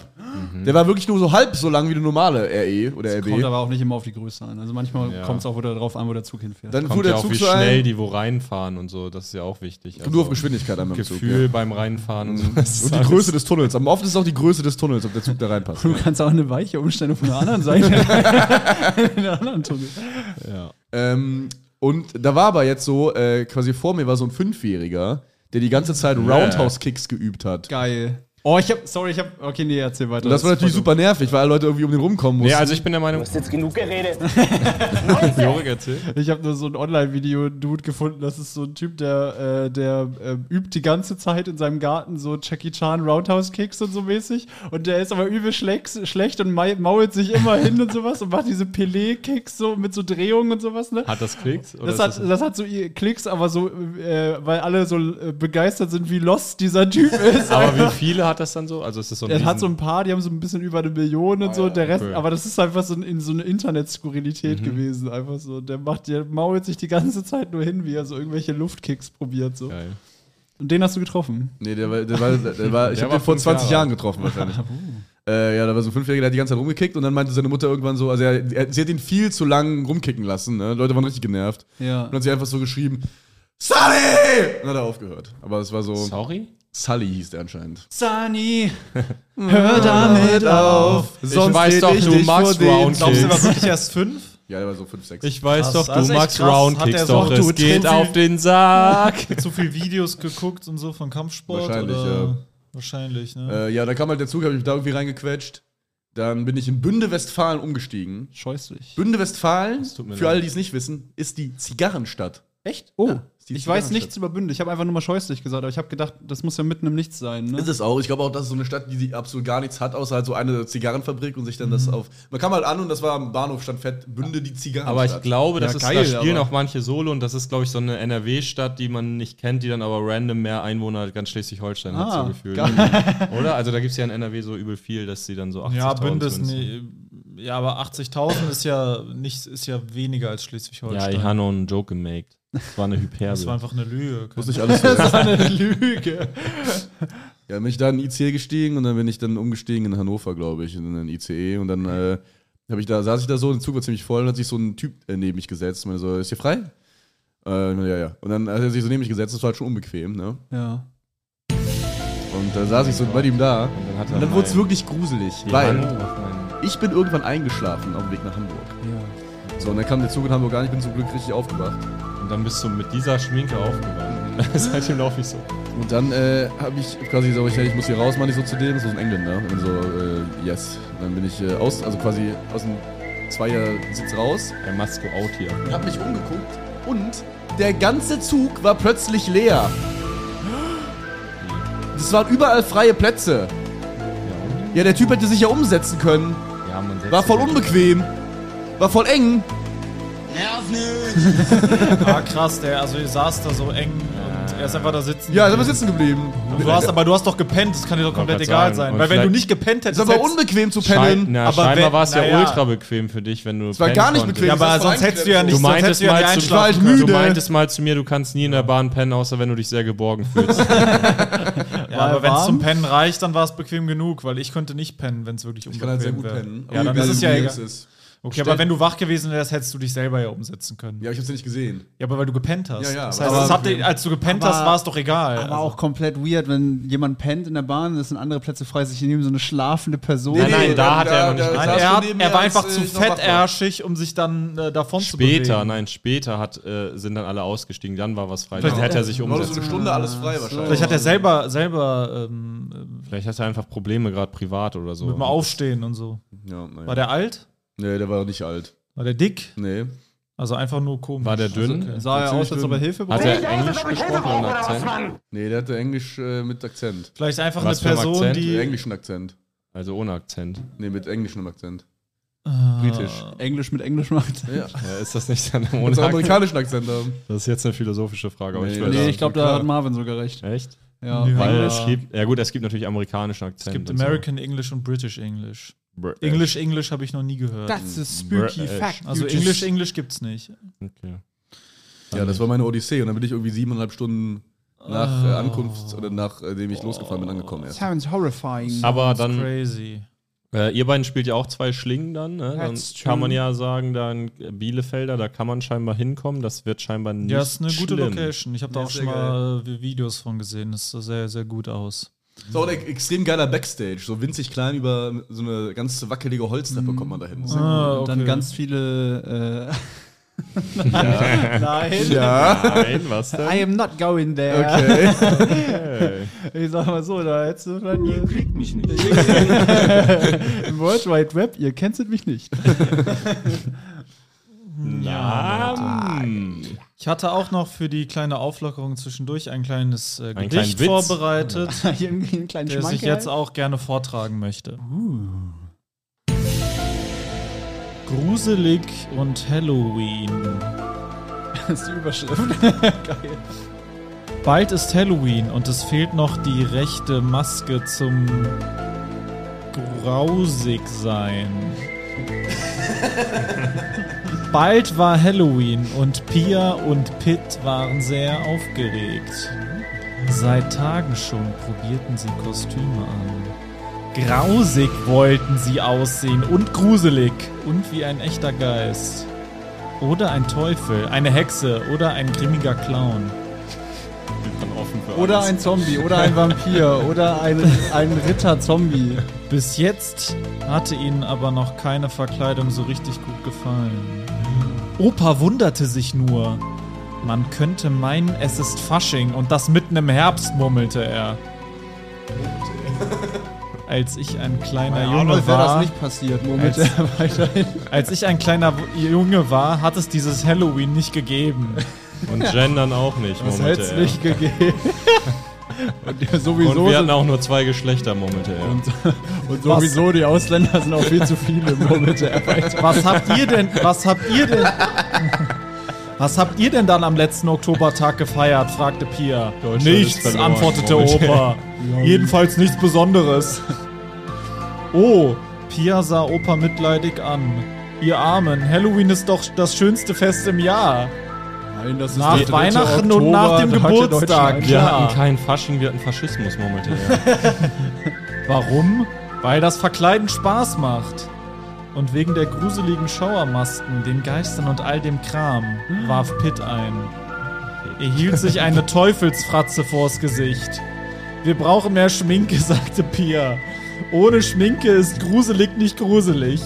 Speaker 3: Der war wirklich nur so halb so lang wie eine normale RE oder RB.
Speaker 4: Mhm. Kommt aber auch nicht immer auf die Größe an. Also manchmal kommt es auch wieder darauf an, wo der Zug hinfährt.
Speaker 3: Dann fuhr
Speaker 2: Kommt
Speaker 3: der
Speaker 2: ja auch,
Speaker 3: Zug
Speaker 2: wie
Speaker 3: so
Speaker 2: schnell
Speaker 3: ein.
Speaker 2: die wo reinfahren und so. Das ist ja auch wichtig. Also
Speaker 3: Nur auf Geschwindigkeit einmal im Zug.
Speaker 2: Gefühl
Speaker 3: ja.
Speaker 2: beim Reinfahren. Und,
Speaker 3: Und die Größe des Tunnels. Am oft ist es auch die Größe des Tunnels, ob der Zug da reinpasst.
Speaker 4: Du kannst auch eine weiche Umstellung von der anderen Seite. in der anderen Tunnel.
Speaker 3: Ähm, und da war aber jetzt so, äh, quasi vor mir war so ein Fünfjähriger, der die ganze Zeit Roundhouse-Kicks geübt hat.
Speaker 4: Geil. Oh, ich hab, sorry, ich hab, okay, nee, erzähl weiter.
Speaker 3: Und das war natürlich super nervig, weil alle Leute irgendwie um den rumkommen mussten.
Speaker 2: Ja, also ich bin der Meinung,
Speaker 5: Du hast jetzt genug geredet.
Speaker 2: Jorik erzählt.
Speaker 4: Ich habe nur so ein Online-Video-Dude gefunden. Das ist so ein Typ, der, äh, der ähm, übt die ganze Zeit in seinem Garten so Jackie Chan Roundhouse-Kicks und so mäßig. Und der ist aber übel schlecks, schlecht und mei- mault sich immer hin und sowas und macht diese Pelé-Kicks so mit so Drehungen und sowas, ne?
Speaker 2: Hat das Klicks? Oder
Speaker 4: Das
Speaker 2: ist
Speaker 4: hat, das hat so ihr Klicks, aber so, äh, weil alle so äh, begeistert sind, wie lost dieser Typ ist.
Speaker 2: aber wie viele hat das dann so? Also ist das so ein
Speaker 4: Er hat so
Speaker 2: Riesen-
Speaker 4: ein paar, die haben so ein bisschen über eine Million und
Speaker 1: Oh
Speaker 4: so, der Rest,
Speaker 2: okay.
Speaker 4: aber das ist einfach so, ein, in so eine Internet-Skurrilität gewesen, einfach so. Der macht, der mault sich die ganze Zeit nur hin, wie er so irgendwelche Luftkicks probiert, so.
Speaker 2: Geil.
Speaker 4: Und den hast du getroffen.
Speaker 3: Nee, der war, der war, der war ich
Speaker 2: Der
Speaker 3: habe
Speaker 2: war
Speaker 3: den vor
Speaker 2: fünf
Speaker 3: 20
Speaker 2: Jahre Uh.
Speaker 3: Jahren getroffen wahrscheinlich. Äh, ja, da war so ein Fünfjähriger, der hat die ganze Zeit rumgekickt und dann meinte seine Mutter irgendwann so, also er, er, sie hat ihn viel zu lang rumkicken lassen, ne? Leute waren richtig genervt.
Speaker 4: Ja.
Speaker 3: Und dann hat sie einfach so geschrieben, Sully! Und dann hat er aufgehört. Aber es war so,
Speaker 2: Sorry?
Speaker 3: Sully hieß der anscheinend.
Speaker 4: Sunny, hör damit auf.
Speaker 3: Sonst
Speaker 2: weiß
Speaker 3: red
Speaker 2: doch,
Speaker 3: ich
Speaker 2: du
Speaker 3: nicht
Speaker 2: magst
Speaker 3: vor denen.
Speaker 2: Roundkicks.
Speaker 1: Glaubst du, er war wirklich erst fünf?
Speaker 3: Ja, der war so 5, 6.
Speaker 2: Ich weiß
Speaker 1: Krass,
Speaker 2: doch,
Speaker 1: das ist
Speaker 2: du
Speaker 1: echt
Speaker 2: magst
Speaker 1: krass.
Speaker 2: Roundkicks
Speaker 1: Hat er
Speaker 2: doch.
Speaker 1: so- du
Speaker 2: Es geht
Speaker 1: trainierst-
Speaker 2: auf den Sack.
Speaker 1: Zu viel Videos geguckt und so von Kampfsport?
Speaker 3: Wahrscheinlich,
Speaker 1: oder?
Speaker 3: ja.
Speaker 1: Wahrscheinlich, ne?
Speaker 3: Äh, ja, da kam halt der Zug, habe ich mich da irgendwie reingequetscht. Dann bin ich in Bünde-Westfalen umgestiegen.
Speaker 4: Scheußlich.
Speaker 3: Bünde-Westfalen,
Speaker 2: tut mir
Speaker 3: für
Speaker 2: leid.
Speaker 3: alle, die es nicht wissen, ist die Zigarrenstadt.
Speaker 4: Echt? Oh,
Speaker 3: ist die
Speaker 4: ich weiß
Speaker 3: Zigarrenstadt.
Speaker 4: nichts über Bünde. Ich habe einfach nur mal scheußlich gesagt, aber ich habe gedacht, das muss ja mitten im Nichts sein, ne?
Speaker 3: Ist es auch. Ich glaube auch, das ist so eine Stadt, die, die absolut gar nichts hat, außer halt so eine Zigarrenfabrik und sich dann das auf. Man kam halt an und das war am Bahnhof stand fett Bünde die
Speaker 2: Aber
Speaker 3: Zigarrenstadt.
Speaker 2: ich glaube, das
Speaker 4: Ja,
Speaker 2: ist,
Speaker 4: geil,
Speaker 2: da spielen
Speaker 4: aber-
Speaker 2: auch manche Solo und das ist, glaube ich, so eine NRW-Stadt, die man nicht kennt, die dann aber random mehr Einwohner hat, ganz Schleswig-Holstein hat
Speaker 4: Ah,
Speaker 2: so gefühlt. Oder? Also da gibt es ja in NRW so übel viel, dass sie dann so 80.000
Speaker 1: ja, Bündnis,
Speaker 2: zumindest-
Speaker 1: nee, ja, aber 80.000 ist ja nicht, ist ja weniger als
Speaker 2: Ja,
Speaker 1: Schleswig-Holstein.
Speaker 2: ich habe noch einen Joke gemacht. Das war eine
Speaker 1: das war
Speaker 2: Hyperbel.
Speaker 1: einfach eine Lüge.
Speaker 3: muss nicht alles. ja,
Speaker 4: ist eine Lüge.
Speaker 3: dann bin ich da in den ICE gestiegen und dann bin ich dann umgestiegen in Hannover, glaube ich, in den ICE und dann äh, habe ich da saß ich da so, der Zug war ziemlich voll und hat sich so ein Typ äh, neben mich gesetzt und meinte so, ist hier frei? Äh, ja, ja. Und dann hat er sich so neben mich gesetzt, das war halt schon unbequem, ne?
Speaker 4: Ja.
Speaker 3: Und dann saß ich so bei ihm da.
Speaker 2: Und dann, hat er
Speaker 3: Und dann wurde es
Speaker 2: mein-
Speaker 3: wirklich gruselig,
Speaker 2: die Hand
Speaker 3: weil
Speaker 2: auf meinen-
Speaker 3: ich bin irgendwann eingeschlafen auf dem Weg nach Hamburg.
Speaker 4: Ja.
Speaker 3: So, und dann kam der Zug in Hamburg an, ich bin zum Glück richtig aufgewacht.
Speaker 2: Und dann bist du mit dieser Schminke aufgewacht. Seitdem laufe ich so.
Speaker 3: Und dann äh, habe ich quasi gesagt, ich, ich muss hier raus, meine ich so zu dem, das war so ein Engländer. ne? Und so, äh, yes. Und dann bin ich äh, aus, also quasi aus dem Zweiersitz raus,
Speaker 2: Der Masko out hier.
Speaker 3: hab mich umgeguckt und der ganze Zug war plötzlich leer. Es waren überall freie Plätze. Ja, der Typ hätte sich ja umsetzen können.
Speaker 2: Ja, man setzt
Speaker 3: War voll unbequem. War voll eng.
Speaker 1: Ah, krass, der, also ihr saß da so eng und er ist einfach da sitzen.
Speaker 3: Ja, ist aber sitzen geblieben.
Speaker 1: Du hast, aber du hast doch gepennt, das kann dir doch komplett
Speaker 2: grad
Speaker 1: egal
Speaker 2: sagen,
Speaker 1: sein.
Speaker 2: und
Speaker 1: Weil wenn du
Speaker 2: vielleicht-
Speaker 1: nicht gepennt
Speaker 3: Ist
Speaker 1: hättest,
Speaker 3: aber
Speaker 1: hättest,
Speaker 3: unbequem zu
Speaker 2: Schein,
Speaker 3: pennen.
Speaker 2: na,
Speaker 1: Aber
Speaker 2: scheinbar
Speaker 1: wenn-
Speaker 2: war es ja,
Speaker 1: naja.
Speaker 2: ultra bequem für dich, wenn du. Es
Speaker 3: war gar nicht bequem.
Speaker 1: ja,
Speaker 3: Das war
Speaker 1: aber sonst
Speaker 3: vor
Speaker 1: hättest du ja
Speaker 3: allem-
Speaker 1: nicht,
Speaker 2: Du
Speaker 1: sonst
Speaker 2: meintest,
Speaker 1: hättest du ja
Speaker 2: mal
Speaker 1: nicht
Speaker 2: zu, halt
Speaker 1: einschlafen
Speaker 3: müde.
Speaker 1: können.
Speaker 2: du meintest mal zu mir, du kannst nie in der Bahn pennen, außer wenn du dich sehr geborgen fühlst.
Speaker 1: Ja, aber wenn es
Speaker 4: warm?
Speaker 1: zum Pennen reicht, dann war es bequem genug, weil ich könnte nicht pennen, wenn es wirklich
Speaker 3: Ich
Speaker 1: unbequem
Speaker 3: kann
Speaker 1: wäre.
Speaker 3: halt sehr gut pennen.
Speaker 1: Ja, dann
Speaker 3: Wie
Speaker 1: ist es ja
Speaker 3: wie
Speaker 1: egal.
Speaker 3: ist.
Speaker 1: Okay, aber wenn du wach gewesen wärst, hättest du dich selber ja umsetzen können.
Speaker 3: Ja, aber ich hab's ja nicht gesehen.
Speaker 1: Ja, aber weil du gepennt hast.
Speaker 3: Ja, ja,
Speaker 1: das
Speaker 3: aber-
Speaker 1: heißt, das hat, dir- als du gepennt hast,
Speaker 4: Aber-
Speaker 1: war es doch egal.
Speaker 4: Aber
Speaker 1: Also-
Speaker 4: auch komplett weird, wenn jemand pennt in der Bahn, es sind andere Plätze frei, sich neben so eine schlafende Person.
Speaker 2: Nein, nein, da
Speaker 3: dann-
Speaker 2: hat er noch nicht
Speaker 1: Nein,
Speaker 3: saß
Speaker 1: er,
Speaker 3: du
Speaker 1: hat,
Speaker 3: neben
Speaker 1: er
Speaker 3: mir,
Speaker 1: war
Speaker 3: als
Speaker 1: einfach zu
Speaker 3: ich noch wach war.
Speaker 1: fettärschig, um sich dann äh, davon zu
Speaker 2: Später,
Speaker 1: bewegen.
Speaker 2: nein, später hat, äh, sind dann alle ausgestiegen, dann war was frei. Dann hätte er sich
Speaker 3: War so
Speaker 2: umsetzen
Speaker 3: eine
Speaker 2: können.
Speaker 3: Stunde alles frei wahrscheinlich.
Speaker 1: Vielleicht hat er selber, selber ähm,
Speaker 2: Vielleicht hat er einfach Probleme, gerade privat oder so.
Speaker 1: mit dem Aufstehen und so.
Speaker 3: Ja, naja.
Speaker 1: War der alt?
Speaker 3: Nee, der war doch nicht alt.
Speaker 1: War der dick?
Speaker 3: Nee.
Speaker 1: Also einfach nur komisch.
Speaker 2: War der dünn?
Speaker 1: Also, okay.
Speaker 4: Sah er aus, als ob er Hilfe
Speaker 2: Hat
Speaker 4: braucht.
Speaker 2: er Englisch gesprochen und Akzent?
Speaker 3: Nee, der hatte Englisch äh, mit Akzent.
Speaker 1: Vielleicht einfach
Speaker 2: Was
Speaker 1: eine
Speaker 2: für ein
Speaker 1: Person,
Speaker 2: Akzent?
Speaker 3: Mit
Speaker 1: die.
Speaker 3: englischen Akzent.
Speaker 2: Also ohne Akzent.
Speaker 3: Nee, mit englischem Akzent.
Speaker 1: Ah.
Speaker 4: Britisch. Englisch mit Englisch macht.
Speaker 3: Ja.
Speaker 2: Ja, ist das nicht dann
Speaker 3: Und
Speaker 2: ohne
Speaker 3: so
Speaker 2: Akzent?
Speaker 3: amerikanischen Akzent haben.
Speaker 2: Das ist jetzt eine philosophische Frage, aber
Speaker 3: Nee,
Speaker 2: ich
Speaker 3: das-
Speaker 4: Nee,
Speaker 2: würde
Speaker 4: ich glaube, da
Speaker 3: klar.
Speaker 4: hat Marvin sogar recht.
Speaker 2: Echt?
Speaker 4: Ja.
Speaker 2: Weil
Speaker 1: Ja.
Speaker 2: es gibt, ja gut, es gibt natürlich amerikanischen Akzent.
Speaker 1: Es gibt
Speaker 2: und so.
Speaker 1: American English und British English.
Speaker 2: Br- äh,
Speaker 1: English English habe ich noch nie gehört.
Speaker 2: Hm.
Speaker 4: Das ist
Speaker 2: spooky fact.
Speaker 1: also English English gibt's nicht.
Speaker 2: Okay.
Speaker 3: Ja, das war meine Odyssee. Und dann bin ich irgendwie siebeneinhalb Stunden nach äh, Ankunft oder nachdem ich losgefahren bin, angekommen erst.
Speaker 4: Sounds horrifying.
Speaker 2: Aber dann,
Speaker 1: Crazy.
Speaker 2: äh, ihr beiden spielt ja auch zwei Schlingen dann. Ne? Dann
Speaker 4: That's true.
Speaker 2: kann man ja sagen, dann Bielefelder, da kann man scheinbar hinkommen. Das wird scheinbar nicht
Speaker 1: Ja, ist eine gute
Speaker 2: schlimm.
Speaker 1: Location. Ich habe da
Speaker 3: Ja,
Speaker 1: auch
Speaker 3: sehr
Speaker 1: schon mal äh, Videos von gesehen. Das sah sehr, sehr gut aus.
Speaker 3: Ist auch ein extrem geiler Backstage. So winzig klein über so eine ganz wackelige Holztreppe kommt man da hin.
Speaker 1: Ah,
Speaker 4: Und dann ganz viele. Äh, Nein.
Speaker 3: Ja.
Speaker 2: Nein, was denn?
Speaker 4: I am not going there.
Speaker 3: Okay.
Speaker 4: Ich sag mal so, da hättest du vielleicht. Ihr kriegt mich nicht. Im World Wide Web, ihr kenntet mich nicht.
Speaker 2: Namen.
Speaker 1: Ich hatte auch noch für die kleine Auflockerung zwischendurch ein kleines äh,
Speaker 2: Einen
Speaker 1: Gedicht
Speaker 2: kleinen Witz.
Speaker 1: vorbereitet,
Speaker 4: Irgendwie einen kleinen
Speaker 1: das ich
Speaker 4: Schmankerl.
Speaker 1: jetzt auch gerne vortragen möchte.
Speaker 4: Uh.
Speaker 1: Gruselig und Halloween.
Speaker 4: Das ist die Überschrift.
Speaker 1: Bald ist Halloween und es fehlt noch die rechte Maske zum grausig sein. Bald war Halloween und Pia und Pitt waren sehr aufgeregt. Seit Tagen schon probierten sie Kostüme an. Grausig wollten sie aussehen und gruselig und wie ein echter Geist. Oder ein Teufel, eine Hexe oder ein grimmiger Clown.
Speaker 4: Oder ein Zombie, oder ein Vampir, oder ein, ein Ritter-Zombie.
Speaker 1: Bis jetzt hatte ihnen aber noch keine Verkleidung so richtig gut gefallen. Opa wunderte sich nur. Man könnte meinen, es ist Fasching und das mitten im Herbst, murmelte er. Als ich ein kleiner Junge
Speaker 4: Arnold wäre das
Speaker 1: war,
Speaker 4: nicht passiert, Moment.
Speaker 1: Als- als ich ein kleiner Junge war, hat es dieses Halloween nicht gegeben.
Speaker 2: Und Jen dann auch nicht,
Speaker 4: Das
Speaker 2: Momente.
Speaker 4: hätte es
Speaker 2: ja.
Speaker 4: nicht gegeben. Und ja, sowieso,
Speaker 2: Und wir hatten auch nur zwei Geschlechter, Momente. Ja.
Speaker 4: und sowieso die Ausländer sind auch viel zu viele. Moment.
Speaker 1: Was habt ihr denn, was habt ihr denn, was habt ihr denn dann am letzten Oktobertag gefeiert? fragte Pia.
Speaker 2: Deutschland
Speaker 1: Nichts,
Speaker 2: ist verloren,
Speaker 1: antwortete
Speaker 2: Moment.
Speaker 1: Opa. Jedenfalls nichts Besonderes. Oh, Pia sah Opa mitleidig an. Ihr Armen, Halloween ist doch das schönste Fest im Jahr.
Speaker 4: Nein, das ist
Speaker 1: Nach
Speaker 4: der dritte
Speaker 1: Weihnachten und nach dem
Speaker 4: da hat ja
Speaker 1: Geburtstag.
Speaker 4: Deutschland-
Speaker 2: Wir
Speaker 1: klar.
Speaker 2: hatten keinen Fasching, wir hatten Faschismus, Momente. Ja.
Speaker 1: Warum? Weil das Verkleiden Spaß macht. Und wegen der gruseligen Schauermasken, den Geistern und all dem Kram, warf Pitt ein. Er hielt sich eine Teufelsfratze vors Gesicht. Wir brauchen mehr Schminke, sagte Pia. Ohne Schminke ist gruselig nicht gruselig.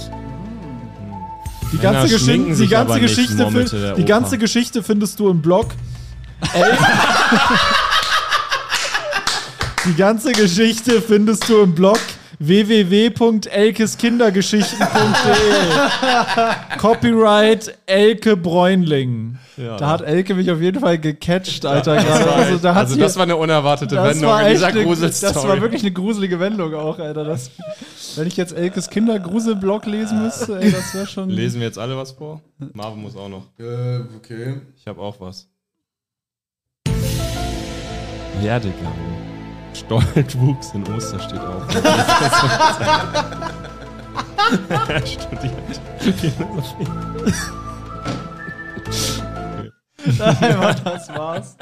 Speaker 1: Die
Speaker 2: Männer
Speaker 1: ganze,
Speaker 2: schminken
Speaker 1: Geschichte, die
Speaker 2: sich
Speaker 1: ganze
Speaker 2: aber nicht,
Speaker 1: Geschichte, fin-
Speaker 2: murmelte der
Speaker 1: die
Speaker 2: Opa.
Speaker 1: ganze Geschichte findest du im Blog. Die ganze Geschichte findest du im Blog www.elkeskindergeschichten.de Copyright Elke Bräunling.
Speaker 4: Da hat Elke mich auf jeden Fall gecatcht, Alter. gerade. Also, da hat
Speaker 7: Also
Speaker 4: sie-
Speaker 7: das war eine unerwartete
Speaker 4: das
Speaker 7: Wendung
Speaker 4: war
Speaker 7: in
Speaker 4: echt
Speaker 7: dieser
Speaker 4: eine,
Speaker 7: Gruselstory.
Speaker 4: Das war wirklich eine gruselige Wendung auch, Alter. Das, wenn ich jetzt Elkes Kindergruselblog lesen müsste, ey, das wäre schon.
Speaker 7: Lesen wir jetzt alle was vor? Marvin muss auch noch.
Speaker 3: äh, okay.
Speaker 7: Ich habe auch was.
Speaker 2: Werdegang. Stolt wuchs in Oster steht auch. Studiert.
Speaker 4: Das war's.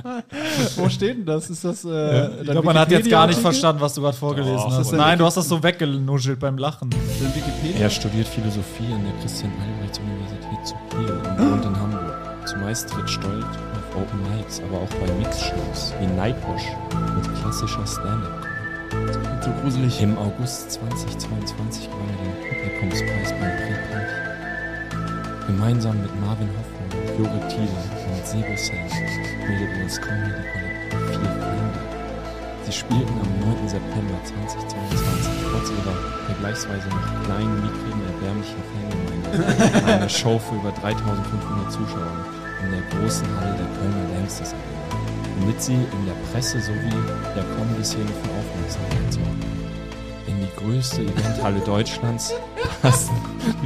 Speaker 4: Wo steht denn das? Ist das. Äh,
Speaker 1: Ich glaube, man hat jetzt gar nicht verstanden, was du gerade vorgelesen
Speaker 2: Doch,
Speaker 1: hast.
Speaker 4: aber-
Speaker 1: Nein, du hast das so weggenuschelt beim Lachen.
Speaker 2: Er studiert Philosophie an der Christian-Albrechts-Universität zu Kiel und wohnt in Hamburg. Zumeist tritt Stolt auf Open Mics, aber auch bei Mixshows wie Nightwash mit klassischer Stand-Up.
Speaker 4: So gruselig.
Speaker 2: Im August 2022 gewann er den Publikumspreis beim Prix Pank. Gemeinsam mit Marvin Hoffmann, Jure Thieler und Sebo Sam bildeten das Comedy-Kollektiv Vier Freunde. Sie spielten am 9. September 2022 trotz ihrer vergleichsweise noch kleinen, mickrigen, erbärmlichen Fangemeinde eine Show für über 3500 Zuschauer in der großen Halle der Kölner Langstes Arena, womit sie in der Presse sowie der Comedy-Szene für Aufmerksamkeit sorgten. In die größte Eventhalle Deutschlands passen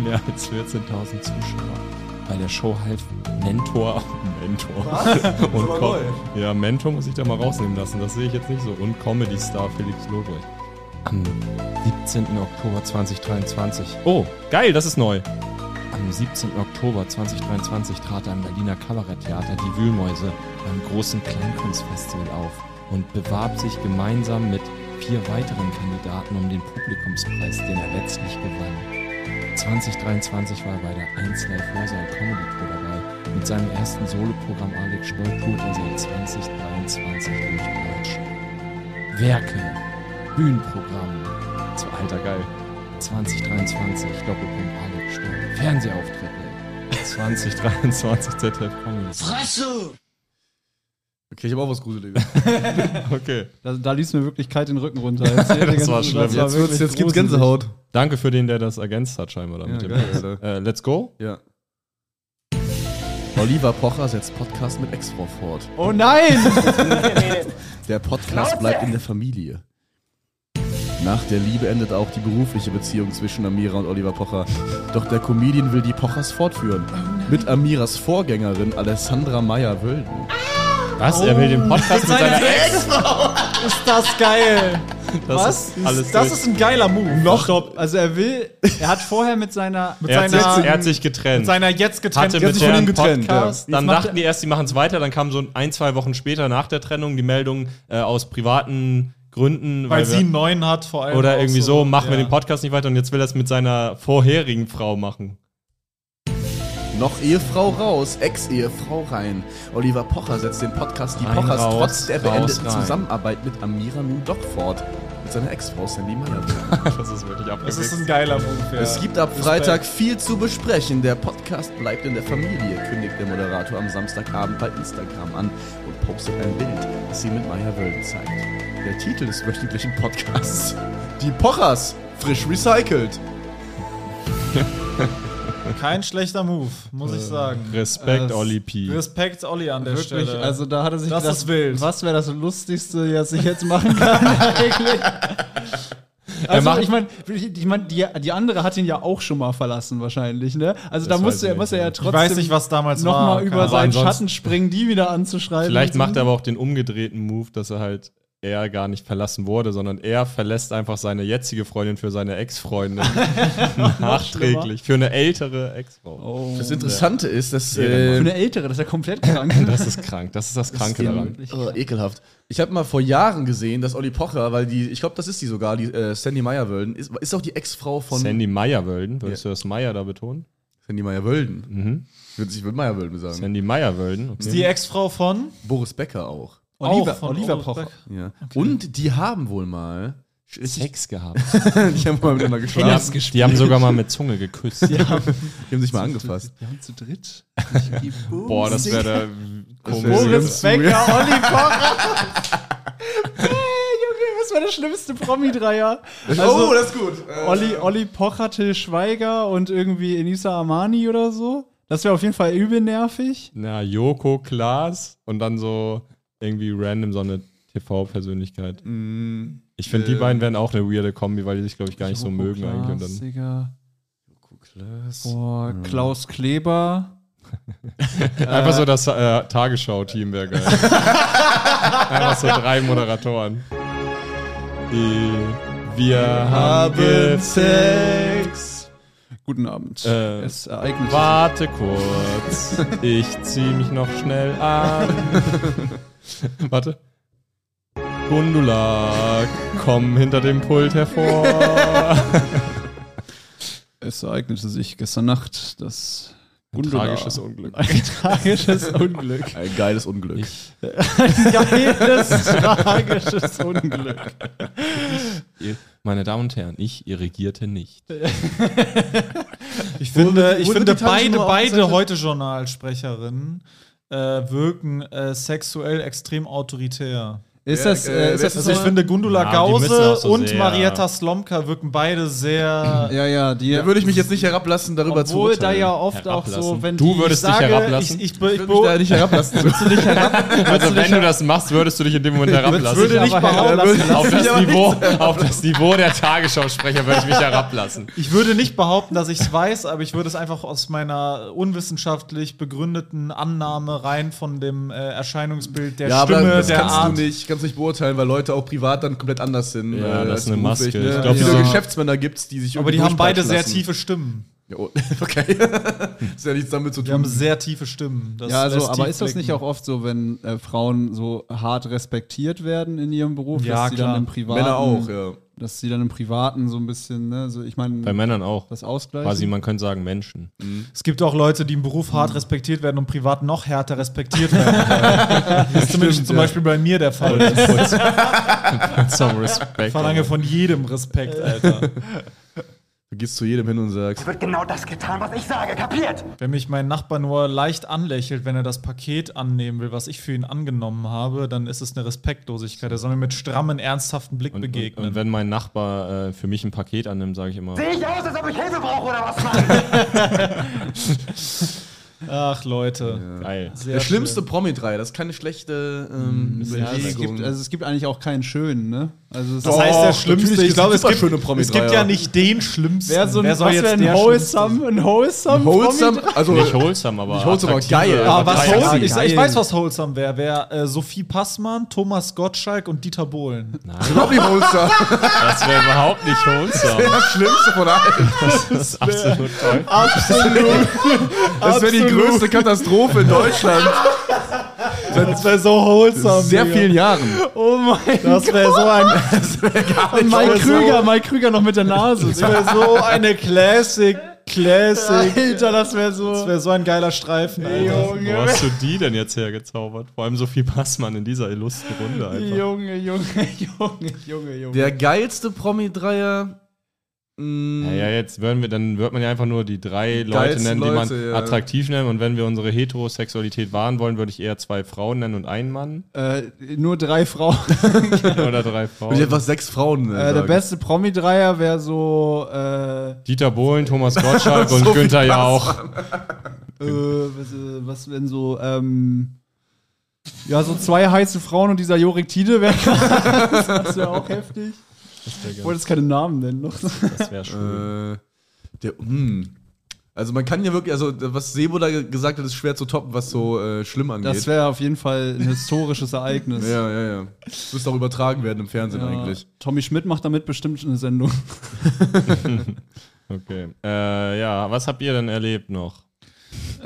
Speaker 2: mehr als 14.000 Zuschauer. Bei der Show half Mentor, Mentor und Com- ja, Mentor muss ich da mal rausnehmen lassen, das sehe ich jetzt nicht so. Und Comedy-Star Felix Lobrecht. Am 17. Oktober 2023. Oh, geil, das ist neu. Am 17. Oktober 2023 trat er im Berliner Kabaretttheater Die Wühlmäuse beim großen Kleinkunstfestival auf.
Speaker 6: und bewarb sich gemeinsam mit vier weiteren Kandidaten um den Publikumspreis, den er letztlich gewann. 2023 war er bei der 1 Live Hörsaal Comedy Tour dabei. Mit seinem ersten Soloprogramm Alex Stoll tourte seit 2023 durch Deutsch. Werke, Bühnenprogramm, zu alter geil. 2023, Doppelpunkt Alex Stoll, Fernsehauftritte, 2023 ZDF Comedy.
Speaker 3: Okay, ich habe auch was Gruseliges.
Speaker 2: Okay.
Speaker 4: Da, da ließ mir wirklich kalt den Rücken runter. Jetzt,
Speaker 2: Das war schlimm. Jetzt
Speaker 3: wird's- jetzt gibt's Gänsehaut.
Speaker 2: Danke für den, der das ergänzt hat, scheinbar. Da mit dem
Speaker 3: geil, Alter.
Speaker 2: äh, let's go.
Speaker 3: Ja. Oliver Pocher setzt Podcast mit Ex-Frau fort.
Speaker 4: Oh nein!
Speaker 5: Genug geredet.
Speaker 3: Der Podcast bleibt in der Familie. Nach der Liebe endet auch die berufliche Beziehung zwischen Amira und Oliver Pocher. Doch der Comedian will die Pochers fortführen. Mit Amiras Vorgängerin Alessandra Meyer-Wölden.
Speaker 2: Was? Er will den Podcast mit seiner Ex?
Speaker 1: Ist das geil!
Speaker 2: Das
Speaker 1: Was?
Speaker 2: ist alles
Speaker 1: das
Speaker 2: durch.
Speaker 1: ist ein geiler Move.
Speaker 4: Noch? Also er will, er hat vorher mit seiner, mit
Speaker 2: er, hat sich,
Speaker 1: seiner-
Speaker 2: er hat sich getrennt.
Speaker 1: seiner jetzt
Speaker 2: hatte
Speaker 1: getrennten
Speaker 2: mit
Speaker 3: sich von
Speaker 2: der
Speaker 3: ihm getrennt,
Speaker 2: Podcast.
Speaker 1: ja.
Speaker 2: Dann
Speaker 1: Jetzt macht
Speaker 2: dachten die erst, die machen es weiter. Dann kam so ein, zwei Wochen später nach der Trennung die Meldung äh, aus privaten Gründen.
Speaker 1: weil sie
Speaker 2: wir-
Speaker 1: einen neuen hat vor allem.
Speaker 2: Oder
Speaker 1: auch
Speaker 2: irgendwie so, machen wir
Speaker 1: ja.
Speaker 2: den Podcast nicht weiter und jetzt will er es mit seiner vorherigen Frau machen.
Speaker 3: Noch Ehefrau raus, Ex-Ehefrau rein. Oliver Pocher setzt den Podcast Die
Speaker 6: Rein,
Speaker 3: Pochers
Speaker 6: raus,
Speaker 3: trotz der
Speaker 6: raus,
Speaker 3: beendeten
Speaker 6: rein.
Speaker 3: Zusammenarbeit mit Amira nun doch fort. Mit seiner Ex-Frau Sandy Meyer.
Speaker 2: Das ist wirklich
Speaker 1: Das
Speaker 2: abgewichst.
Speaker 1: ist ein geiler Move, ja.
Speaker 3: Es gibt ab Freitag viel zu besprechen. Der Podcast bleibt in der Familie, kündigt der Moderator am Samstagabend bei Instagram an und postet ein Bild, das sie mit Maya Wölden zeigt. Der Titel des wöchentlichen Podcasts: Die Pochers, frisch recycelt.
Speaker 1: Kein schlechter Move, muss ich sagen.
Speaker 2: Respekt,
Speaker 4: Äh,
Speaker 2: Oli P.
Speaker 1: Respekt Olli an der
Speaker 4: wirklich,
Speaker 1: Stelle.
Speaker 4: also da hat er sich
Speaker 1: Das
Speaker 4: gedacht,
Speaker 1: ist wild.
Speaker 4: was wäre das Lustigste, was ich jetzt machen kann eigentlich? Also
Speaker 2: macht-
Speaker 4: ich meine, ich mein, die, die andere hat ihn ja auch schon mal verlassen wahrscheinlich, ne? Also da
Speaker 2: Das weiß
Speaker 4: musste er,
Speaker 2: ich
Speaker 4: muss er
Speaker 2: nicht,
Speaker 4: ja
Speaker 2: ja.
Speaker 1: ich
Speaker 4: trotzdem
Speaker 1: weiß nicht, was damals war.
Speaker 4: nochmal
Speaker 1: keine
Speaker 4: über
Speaker 1: Ahnung.
Speaker 4: seinen
Speaker 2: ansonsten-
Speaker 4: Schatten springen, die wieder anzuschreiben.
Speaker 2: Vielleicht
Speaker 4: und
Speaker 2: macht
Speaker 4: so.
Speaker 2: er aber auch den umgedrehten Move, dass er halt er gar nicht verlassen wurde, sondern er verlässt einfach seine jetzige Freundin für seine Ex-Freundin. Nachträglich. Für eine ältere Ex-Frau.
Speaker 3: Das Interessante ist, dass.
Speaker 4: Für
Speaker 3: Äh,
Speaker 4: eine Ältere, das ist ja komplett krank.
Speaker 2: Das ist krank. Das ist das Kranke daran.
Speaker 3: Oh, ekelhaft. Ich habe mal vor Jahren gesehen, dass Olli Pocher, weil die, ich glaube, das ist die sogar, die äh, Sandy Meyer Wölden, ist, ist auch die Ex-Frau von
Speaker 2: Sandy Meyerwölden. Würdest du das Meyer da betonen?
Speaker 3: Sandy Meyer Wölden. Würde ich würde Meyer Wölden sagen.
Speaker 2: Mhm. Sandy Meyerwölden. Okay.
Speaker 1: Ist die Ex-Frau von?
Speaker 3: Boris Becker auch.
Speaker 4: Oliver,
Speaker 1: Auch von
Speaker 4: Oliver
Speaker 1: Olaf
Speaker 4: Pocher.
Speaker 1: Beck.
Speaker 3: Oh, Ja. Und die haben wohl mal.
Speaker 6: Sex gehabt.
Speaker 3: Die haben mal miteinander
Speaker 2: die,
Speaker 3: geschlafen.
Speaker 2: haben, die haben sogar mal mit Zunge geküsst.
Speaker 3: Die haben sich mal angefasst.
Speaker 4: Wir haben zu dritt.
Speaker 2: Boah, das wäre der
Speaker 3: wär
Speaker 2: komische.
Speaker 3: ganz weird.
Speaker 4: Olli Pocher. hey, Junge, was war der schlimmste Promi-Dreier? Also,
Speaker 3: oh, das ist gut. Äh,
Speaker 4: Olli, Olli Pocher, Till Schweiger und irgendwie Enisa Armani oder so. Das wäre auf jeden Fall übel nervig.
Speaker 2: Na, Joko, Klaas und dann so irgendwie random so eine TV-Persönlichkeit. Ich finde, die beiden wären auch eine weirde Kombi, weil die sich, glaube ich, gar nicht so
Speaker 4: Joko
Speaker 2: mögen
Speaker 4: Klaas,
Speaker 2: eigentlich. Und dann
Speaker 4: Digga. Boah, Klaus Kleber.
Speaker 2: einfach so das äh, Tagesschau-Team wäre geil. einfach so drei Moderatoren. Die, wir haben Sex.
Speaker 4: Guten Abend.
Speaker 2: Äh,
Speaker 4: es ereignet
Speaker 2: Warte kurz. Ich zieh mich noch schnell an. Warte. Gundula, komm hinter dem Pult hervor.
Speaker 4: Es ereignete sich gestern Nacht das Gundula.
Speaker 2: tragisches Unglück.
Speaker 4: Ein tragisches Unglück.
Speaker 3: Ein geiles Unglück.
Speaker 4: Ein geiles, tragisches Unglück.
Speaker 6: Ihr- Meine Damen und Herren, ich irrigierte nicht.
Speaker 1: Ich finde, Äh, ich
Speaker 3: wo
Speaker 1: finde
Speaker 3: wird die Tagesschau
Speaker 1: beide, beide
Speaker 3: aufgezeichnet?
Speaker 1: Heute-Journalsprecherinnen äh, wirken äh, sexuell extrem autoritär.
Speaker 4: Ist das, äh, ist das,
Speaker 1: Also ich
Speaker 4: so-
Speaker 1: finde Gundula
Speaker 2: Ja, die müssen
Speaker 1: Gause
Speaker 2: auch so
Speaker 1: und
Speaker 2: sehr-
Speaker 1: Marietta Slomka wirken beide sehr.
Speaker 4: Ja, ja, die.
Speaker 3: Da würde ich mich jetzt nicht herablassen, darüber zu
Speaker 4: obwohl da
Speaker 3: urteilen.
Speaker 4: ja oft auch so,
Speaker 2: herablassen.
Speaker 4: wenn
Speaker 2: Du
Speaker 4: die,
Speaker 2: würdest dich herablassen?
Speaker 1: Ich, ich, be- ich,
Speaker 3: Ich
Speaker 1: be-
Speaker 3: würde mich da nicht herablassen. Würdest du dich
Speaker 2: Also wenn du das machst, würdest du dich in dem Moment herablassen.
Speaker 1: würde
Speaker 4: dich
Speaker 1: nicht
Speaker 4: aber
Speaker 1: behaupten,
Speaker 4: herablassen.
Speaker 2: auf, das Niveau, auf das Niveau der Tagesschausprecher würde ich mich herablassen.
Speaker 1: Ich würde nicht behaupten, dass ich es weiß, aber ich würde es einfach aus meiner unwissenschaftlich begründeten Annahme rein von dem äh, Erscheinungsbild der
Speaker 3: ja, aber
Speaker 1: Stimme,
Speaker 3: das
Speaker 1: der
Speaker 3: kannst
Speaker 1: Art.
Speaker 3: du nicht, kannst nicht beurteilen, weil Leute auch privat dann komplett anders sind.
Speaker 2: Ja, das
Speaker 3: als
Speaker 2: ist eine
Speaker 3: beruflich,
Speaker 2: Maske.
Speaker 3: Ne?
Speaker 2: Ich
Speaker 3: Ich
Speaker 2: glaub,
Speaker 3: glaube,
Speaker 2: so-
Speaker 3: viele Geschäftsmänner gibt es, die sich
Speaker 1: Aber
Speaker 3: irgendwie
Speaker 1: die haben beide sehr
Speaker 3: durchpeitschen
Speaker 1: tiefe Stimmen.
Speaker 3: Ja, oh, okay. ist ja nichts damit zu
Speaker 1: Wir haben
Speaker 3: tun.
Speaker 1: sehr tiefe Stimmen. Das
Speaker 4: Ja, also,
Speaker 1: lässt
Speaker 4: aber
Speaker 1: tief
Speaker 4: ist das
Speaker 1: blicken.
Speaker 4: nicht auch oft so, wenn äh, Frauen so hart respektiert werden in ihrem Beruf,
Speaker 1: Ja,
Speaker 4: dass sie
Speaker 1: klar.
Speaker 4: dann im Privaten,
Speaker 3: Männer auch, ja.
Speaker 4: dass sie dann im Privaten so ein bisschen, ne, so ich
Speaker 2: Bei
Speaker 4: meine,
Speaker 2: Männern auch.
Speaker 4: das Ausgleich.
Speaker 2: Quasi, man könnte sagen Menschen.
Speaker 1: Es gibt auch Leute, die im Beruf hart respektiert werden und privat noch härter respektiert werden. das ist zumindest zum Beispiel bei mir der Fall.
Speaker 2: Some respect.
Speaker 1: Ich verlange von jedem Respekt, Alter.
Speaker 3: Du gehst zu jedem hin und sagst,
Speaker 5: Wird genau das getan, was ich sage, kapiert?
Speaker 1: Wenn mich mein Nachbar nur leicht anlächelt, wenn er das Paket annehmen will, was ich für ihn angenommen habe, dann ist es eine Respektlosigkeit. Er soll mir mit strammen, ernsthaften Blick
Speaker 2: Und, und,
Speaker 1: begegnen.
Speaker 2: und wenn mein Nachbar äh, für mich ein Paket annimmt, sage ich immer,
Speaker 5: Sehe ich aus, als ob ich Hilfe brauche oder was, Mann?
Speaker 1: Ach, Leute.
Speaker 2: geil.
Speaker 1: Sehr Hm,
Speaker 3: der schlimmste Promi-3, das ist keine schlechte ähm,
Speaker 4: ja,
Speaker 3: Überlegung.
Speaker 4: es gibt, also es gibt eigentlich auch keinen schönen, ne? Also es
Speaker 1: Das
Speaker 3: Doch,
Speaker 1: heißt, der
Speaker 3: natürlich
Speaker 1: Schlimmste,
Speaker 3: gibt's
Speaker 1: ich glaube, es gibt,
Speaker 3: superschöne Promi-Dreier.
Speaker 1: es gibt ja nicht den Schlimmsten.
Speaker 4: Wer so ein, was wär ein
Speaker 1: der
Speaker 4: wholesome, ein wholesome,
Speaker 3: wholesome, also
Speaker 2: Nicht wholesome, aber.
Speaker 3: Nicht wholesome, aber
Speaker 2: attraktive,
Speaker 3: geil.
Speaker 1: Ah,
Speaker 3: Aber
Speaker 1: was
Speaker 2: attraktive.
Speaker 4: Dreier.
Speaker 1: wholesome? Ich, ich
Speaker 4: Geil.
Speaker 1: weiß, was wholesome wäre. Wäre äh, Sophie Passmann, Thomas Gottschalk und Dieter Bohlen.
Speaker 3: Promi-Holster.
Speaker 2: Das wäre überhaupt nicht wholesome.
Speaker 3: das Schlimmste von allen.
Speaker 2: Das ist absolut toll.
Speaker 3: Das wäre die größte Katastrophe in Deutschland
Speaker 1: Das wäre so wholesome.
Speaker 3: in sehr vielen Jahren.
Speaker 4: Oh mein
Speaker 1: Das wäre so, ein,
Speaker 4: Und Mike Krüger, Mike Krüger noch mit der Nase.
Speaker 1: das wär so eine Classic, Classic.
Speaker 4: Alter, das wäre
Speaker 1: Das
Speaker 4: so.
Speaker 1: wäre so ein geiler Streifen, Alter.
Speaker 2: Wo hast du die denn jetzt hergezaubert? Vor allem Sophie Passmann in dieser illustren Runde einfach.
Speaker 4: Junge, Junge, Junge, Junge, Junge.
Speaker 3: Der geilste Promi-Dreier. mm,
Speaker 2: Naja, jetzt würden wir, dann wird man ja einfach nur die drei Leute
Speaker 3: geilsten
Speaker 2: nennen, die man
Speaker 3: Leute, ja.
Speaker 2: attraktiv nennt. Und wenn wir unsere Heterosexualität wahren wollen, würde ich eher zwei Frauen nennen und einen Mann.
Speaker 4: Äh, nur drei Frauen.
Speaker 2: Oder drei
Speaker 3: Würde ich
Speaker 2: Frauen.
Speaker 3: etwas sechs Frauen.
Speaker 4: Äh, der
Speaker 3: sagen.
Speaker 4: beste Promi-Dreier wäre so, äh, äh,
Speaker 2: Dieter Bohlen, Thomas Gottschalk und
Speaker 3: Sophie
Speaker 2: Günther Jauch.
Speaker 4: was, äh, was wenn so, ähm, ja, so zwei heiße Frauen und dieser Jorik Tide wäre Das wäre auch heftig. Ich wollte jetzt keine Namen nennen noch.
Speaker 2: Das wäre schön.
Speaker 3: Äh, der, hm. Also man kann ja wirklich, also was Sebo da ge- gesagt hat, ist schwer zu toppen, was so äh, schlimm angeht.
Speaker 4: Das wäre auf jeden Fall ein historisches Ereignis.
Speaker 3: ja, ja, ja. Das müsste auch übertragen werden im Fernsehen
Speaker 4: Ja,
Speaker 3: eigentlich.
Speaker 4: Tommy Schmidt macht damit bestimmt eine Sendung.
Speaker 2: Okay. Äh, ja, was habt ihr denn erlebt noch?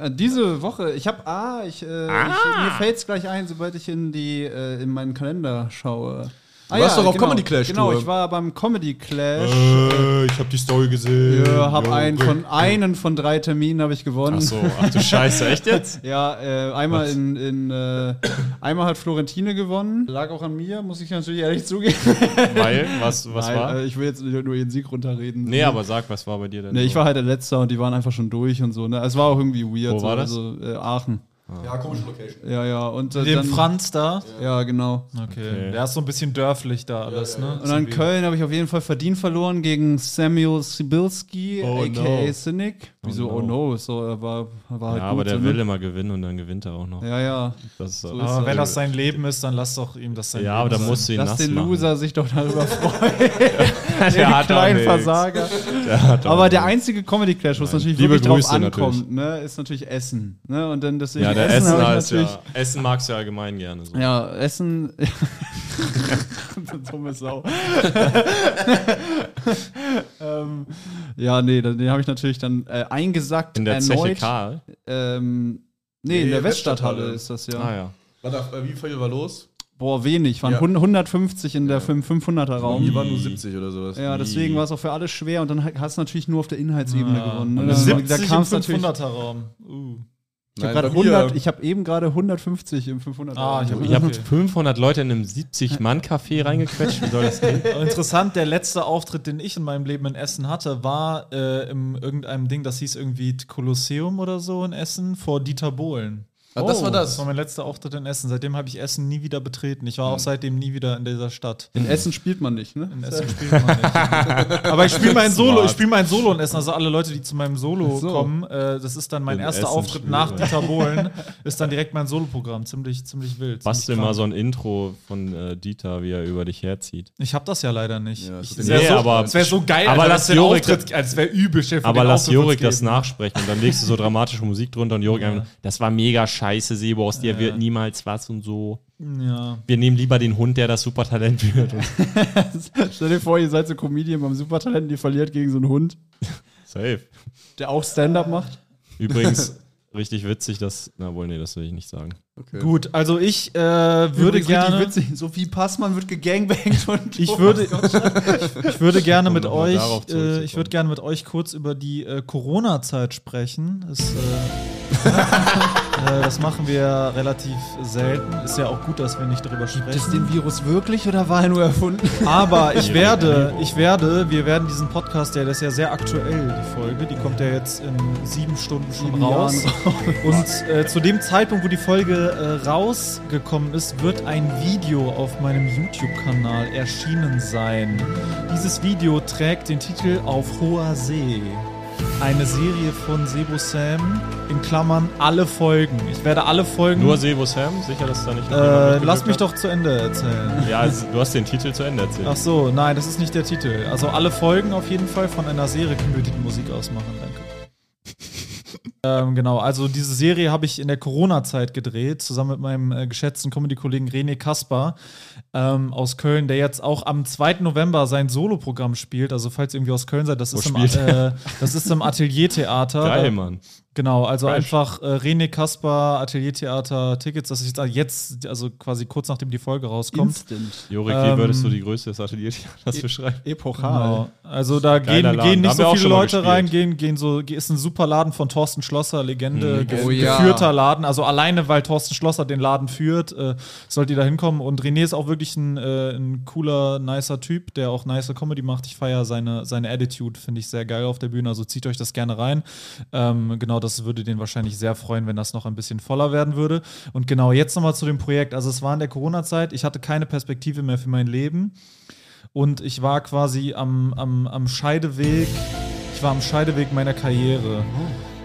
Speaker 4: Äh, Diese Woche, ich habe, ah, ich, äh, ich mir fällt's gleich ein, sobald ich in die äh, in meinen Kalender schaue. Ah,
Speaker 3: warst doch auf Comedy Clash
Speaker 4: Genau,
Speaker 3: Tour.
Speaker 4: ich war beim Comedy Clash.
Speaker 2: Äh, ich hab die Story gesehen.
Speaker 4: Äh, hab einen von einen von drei Terminen habe ich gewonnen.
Speaker 2: Ach so, ach du Scheiße, echt jetzt?
Speaker 4: Ja, äh, einmal in, in äh, einmal hat Florentine gewonnen. Lag auch an mir, muss ich natürlich ehrlich zugeben.
Speaker 2: Weil, was, was
Speaker 4: Nein,
Speaker 2: war?
Speaker 4: Äh, ich will jetzt nur nur ihren Sieg runterreden.
Speaker 2: nee, aber sag, was war bei dir denn?
Speaker 4: Nee, ich
Speaker 2: so?
Speaker 4: war halt der Letzte und die waren einfach schon durch und so. Ne? Es war auch irgendwie weird.
Speaker 2: Wo war
Speaker 4: so,
Speaker 2: das?
Speaker 4: Also, äh, Aachen.
Speaker 3: Ja, komische Location.
Speaker 4: Ja, ja. Und äh,
Speaker 1: Mit dem
Speaker 4: dann,
Speaker 1: Franz da.
Speaker 4: Ja, genau.
Speaker 1: Okay. Der ist so ein bisschen dörflich da alles, ne?
Speaker 4: Und dann Köln habe ich auf jeden Fall verdient verloren gegen Samuel Sibilski,
Speaker 2: Oh,
Speaker 4: a.k.a.
Speaker 2: no.
Speaker 4: Cynic. Wieso,
Speaker 2: no.
Speaker 4: oh no, ist so, er war, er war halt
Speaker 2: ja,
Speaker 4: gut.
Speaker 2: aber der
Speaker 4: so,
Speaker 2: will
Speaker 4: ne?
Speaker 2: immer gewinnen und dann gewinnt er auch noch.
Speaker 4: Ja, ja.
Speaker 2: Das ist
Speaker 4: So
Speaker 2: so.
Speaker 4: ist
Speaker 1: Aber
Speaker 4: er.
Speaker 1: wenn das sein Leben ist, dann lass doch ihm das sein
Speaker 2: ja,
Speaker 1: Leben
Speaker 2: aber da
Speaker 1: sein.
Speaker 2: musst du ihn
Speaker 4: Lass
Speaker 2: nass
Speaker 4: den
Speaker 2: machen.
Speaker 4: Loser sich doch darüber freuen,
Speaker 2: der
Speaker 4: den
Speaker 2: hat auch
Speaker 4: kleinen
Speaker 2: nix.
Speaker 4: Versager.
Speaker 2: Der hat auch
Speaker 4: Aber der
Speaker 2: nix.
Speaker 4: einzige Comedy Clash, wo es natürlich
Speaker 2: Liebe
Speaker 4: wirklich drauf
Speaker 2: Grüße
Speaker 4: ankommt, ne, ist natürlich Essen. Ne? Und dann deswegen
Speaker 2: Ja, der
Speaker 4: Essen
Speaker 2: Essen,
Speaker 4: habe ich
Speaker 2: heißt ja. Essen magst du ja allgemein gerne. So.
Speaker 4: Ja, Essen. Du Dumme Sau. ähm, ja, nee, den, den habe ich natürlich dann äh, eingesackt.
Speaker 2: In der Zeche
Speaker 4: erneut.
Speaker 2: Karl.
Speaker 4: Ähm, nee, in
Speaker 3: Nee,
Speaker 4: der
Speaker 3: Weststadthalle.
Speaker 4: Weststadthalle ist das ja.
Speaker 2: Ah ja.
Speaker 3: Warte, äh, wie viel war los?
Speaker 4: Boah, wenig. Waren
Speaker 3: Ja.
Speaker 4: 100 150 in der 5 500er Raum.
Speaker 3: Die waren nur 70 oder sowas.
Speaker 4: Um- Ja, deswegen war es auch für alle schwer und dann hast du natürlich nur auf der Inhaltsebene gewonnen. Ne?
Speaker 1: Hm. Ja.
Speaker 4: da
Speaker 1: 70 Ah. im
Speaker 4: kam es natürlich.
Speaker 1: 500er Raum. Uh.
Speaker 4: Ich
Speaker 3: Nein,
Speaker 4: habe gerade
Speaker 3: bei mir-
Speaker 4: 100 ich habe eben gerade 150 im 500er
Speaker 1: Ah,
Speaker 4: Raum.
Speaker 1: ich hab-
Speaker 2: Ich habe
Speaker 1: Okay.
Speaker 2: 500 Leute in einem 70-Mann-Café reingequetscht. Wie soll das gehen?
Speaker 1: Und Interessant, der letzte Auftritt, den ich in meinem Leben in Essen hatte, war äh, in irgendeinem Ding, das hieß irgendwie Kolosseum oder so in Essen, vor Dieter Bohlen.
Speaker 3: Ah, das war
Speaker 4: Oh.
Speaker 1: Das
Speaker 3: das.
Speaker 1: war mein letzter Auftritt in Essen. Seitdem habe ich Essen nie wieder betreten. Ich war
Speaker 2: Hm.
Speaker 1: auch seitdem nie wieder in dieser Stadt.
Speaker 4: in Essen spielt man nicht, ne?
Speaker 1: In Essen spielt man nicht. Äh. Aber ich spiele mein Solo, ich spiele mein Solo in Essen. Also alle Leute, die zu meinem Solo
Speaker 4: Ach so.
Speaker 1: kommen, äh, das ist dann mein
Speaker 2: In
Speaker 1: erster
Speaker 2: Essen
Speaker 1: Auftritt
Speaker 2: spielen,
Speaker 1: nach
Speaker 2: ja.
Speaker 1: Dieter Bohlen, ist dann direkt mein Soloprogramm. Ziemlich, ziemlich wild.
Speaker 2: Bastel
Speaker 1: ziemlich krank.
Speaker 2: mal so ein Intro von äh, Dieter, wie er über dich herzieht.
Speaker 1: Ich habe das ja leider nicht.
Speaker 3: Ja, das
Speaker 1: ich,
Speaker 3: ist-
Speaker 1: es wär
Speaker 2: Nee,
Speaker 1: so,
Speaker 2: aber-
Speaker 1: es wäre so geil,
Speaker 2: aber
Speaker 1: Alter,
Speaker 2: lass
Speaker 1: wenn der
Speaker 2: Jorik-
Speaker 1: Auftritt, als wäre übel, Chef. wenn
Speaker 2: Aber
Speaker 1: den
Speaker 2: lass
Speaker 1: Auftritt
Speaker 2: Jorik
Speaker 1: geben.
Speaker 2: das nachsprechen und dann legst du so dramatische Musik drunter und Jorik einfach, das war mega scheiße, Sebo, aus dir wird niemals was und so.
Speaker 1: Ja.
Speaker 2: Wir nehmen lieber den Hund, der das Supertalent wird. Und
Speaker 4: Stell dir vor, ihr seid so Comedian beim Supertalent, die verliert gegen so einen Hund.
Speaker 2: Safe.
Speaker 1: Der auch Stand-up macht?
Speaker 2: Übrigens, richtig witzig, dass. Na wohl, nee, das will ich nicht sagen.
Speaker 1: Gut, also ich äh, würde
Speaker 4: Übrigens richtig
Speaker 1: gerne.
Speaker 4: witzig. Sophie Passmann wird gegangbangt und
Speaker 1: Ich würde, Oh ich würde gerne
Speaker 2: Um
Speaker 1: mit
Speaker 2: nochmal
Speaker 1: euch,
Speaker 2: darauf
Speaker 1: äh,
Speaker 2: zurückzukommen.
Speaker 1: ich würde gerne mit euch kurz über die äh, Corona-Zeit sprechen. Das, äh, äh, das machen wir relativ selten. Ist ja auch gut, dass wir nicht darüber
Speaker 4: Gibt es
Speaker 1: sprechen.
Speaker 4: den Virus wirklich oder war er nur erfunden?
Speaker 1: Aber ich
Speaker 2: Ja,
Speaker 1: werde,
Speaker 2: ja.
Speaker 1: ich werde, wir werden diesen Podcast, ja, der ist ja sehr aktuell, die Folge, die kommt ja jetzt in sieben Stunden schon
Speaker 4: Sieben
Speaker 1: raus.
Speaker 4: Jahren
Speaker 1: Und äh, zu dem Zeitpunkt, wo die Folge äh, rausgekommen ist, wird ein Video auf meinem YouTube-Kanal erschienen sein. Dieses Video trägt den Titel Auf hoher See. Eine Serie von Sebo Sam, in Klammern alle Folgen. Ich werde alle Folgen.
Speaker 2: Nur Sebo Sam, sicher, dass da nicht. noch jemand
Speaker 1: äh,
Speaker 2: mitgewirkt
Speaker 1: lass mich
Speaker 2: hat?
Speaker 1: doch zu Ende erzählen.
Speaker 2: Ja, es- du hast den Titel zu Ende erzählt.
Speaker 1: Ach so, nein, das ist nicht der Titel. Also alle Folgen auf jeden Fall von einer Serie können wir die Musik ausmachen, danke. ähm, genau, also diese Serie habe ich in der Corona-Zeit gedreht, zusammen mit meinem äh, geschätzten Comedy-Kollegen René Kaspar ähm, aus Köln, der jetzt auch am 2. November sein Solo-Programm spielt. Also falls ihr irgendwie aus Köln seid, das,
Speaker 2: Wo
Speaker 1: ist im,
Speaker 2: spielt
Speaker 1: äh, das ist im Atelier-Theater.
Speaker 2: Geil,
Speaker 1: Da-
Speaker 2: Mann.
Speaker 1: Genau, also
Speaker 2: Fresh.
Speaker 1: einfach äh, René Kaspar, Ateliertheater, Tickets, das ist jetzt, jetzt, also quasi kurz nachdem die Folge rauskommt.
Speaker 4: Instant.
Speaker 2: Jorik,
Speaker 1: Ähm,
Speaker 2: wie würdest du die Größe des Ateliertheaters beschreiben?
Speaker 4: Epochal.
Speaker 1: Genau. Also da
Speaker 2: Geiler
Speaker 1: gehen,
Speaker 2: Laden.
Speaker 1: gehen nicht
Speaker 2: Haben wir
Speaker 1: so
Speaker 2: auch
Speaker 1: viele
Speaker 2: schon mal
Speaker 1: Leute
Speaker 2: gespielt.
Speaker 1: rein, gehen, gehen so, ist ein super Laden von Thorsten Schlosser, Legende,
Speaker 2: Mhm.
Speaker 1: ge
Speaker 4: Oh ja.
Speaker 1: geführter Laden. Also alleine, weil Thorsten Schlosser den Laden führt, äh, sollt ihr da hinkommen. Und René ist auch wirklich ein, äh, ein cooler, nicer Typ, der auch nice Comedy macht. Ich feiere seine, seine Attitude, finde ich sehr geil auf der Bühne. Also zieht euch das gerne rein. Ähm, genau, das würde den wahrscheinlich sehr freuen, wenn das noch ein bisschen voller werden würde. Und genau, jetzt nochmal zu dem Projekt. Also es war in der Corona-Zeit, ich hatte keine Perspektive mehr für mein Leben. Und ich war quasi am, am, am Scheideweg, ich war am Scheideweg meiner Karriere.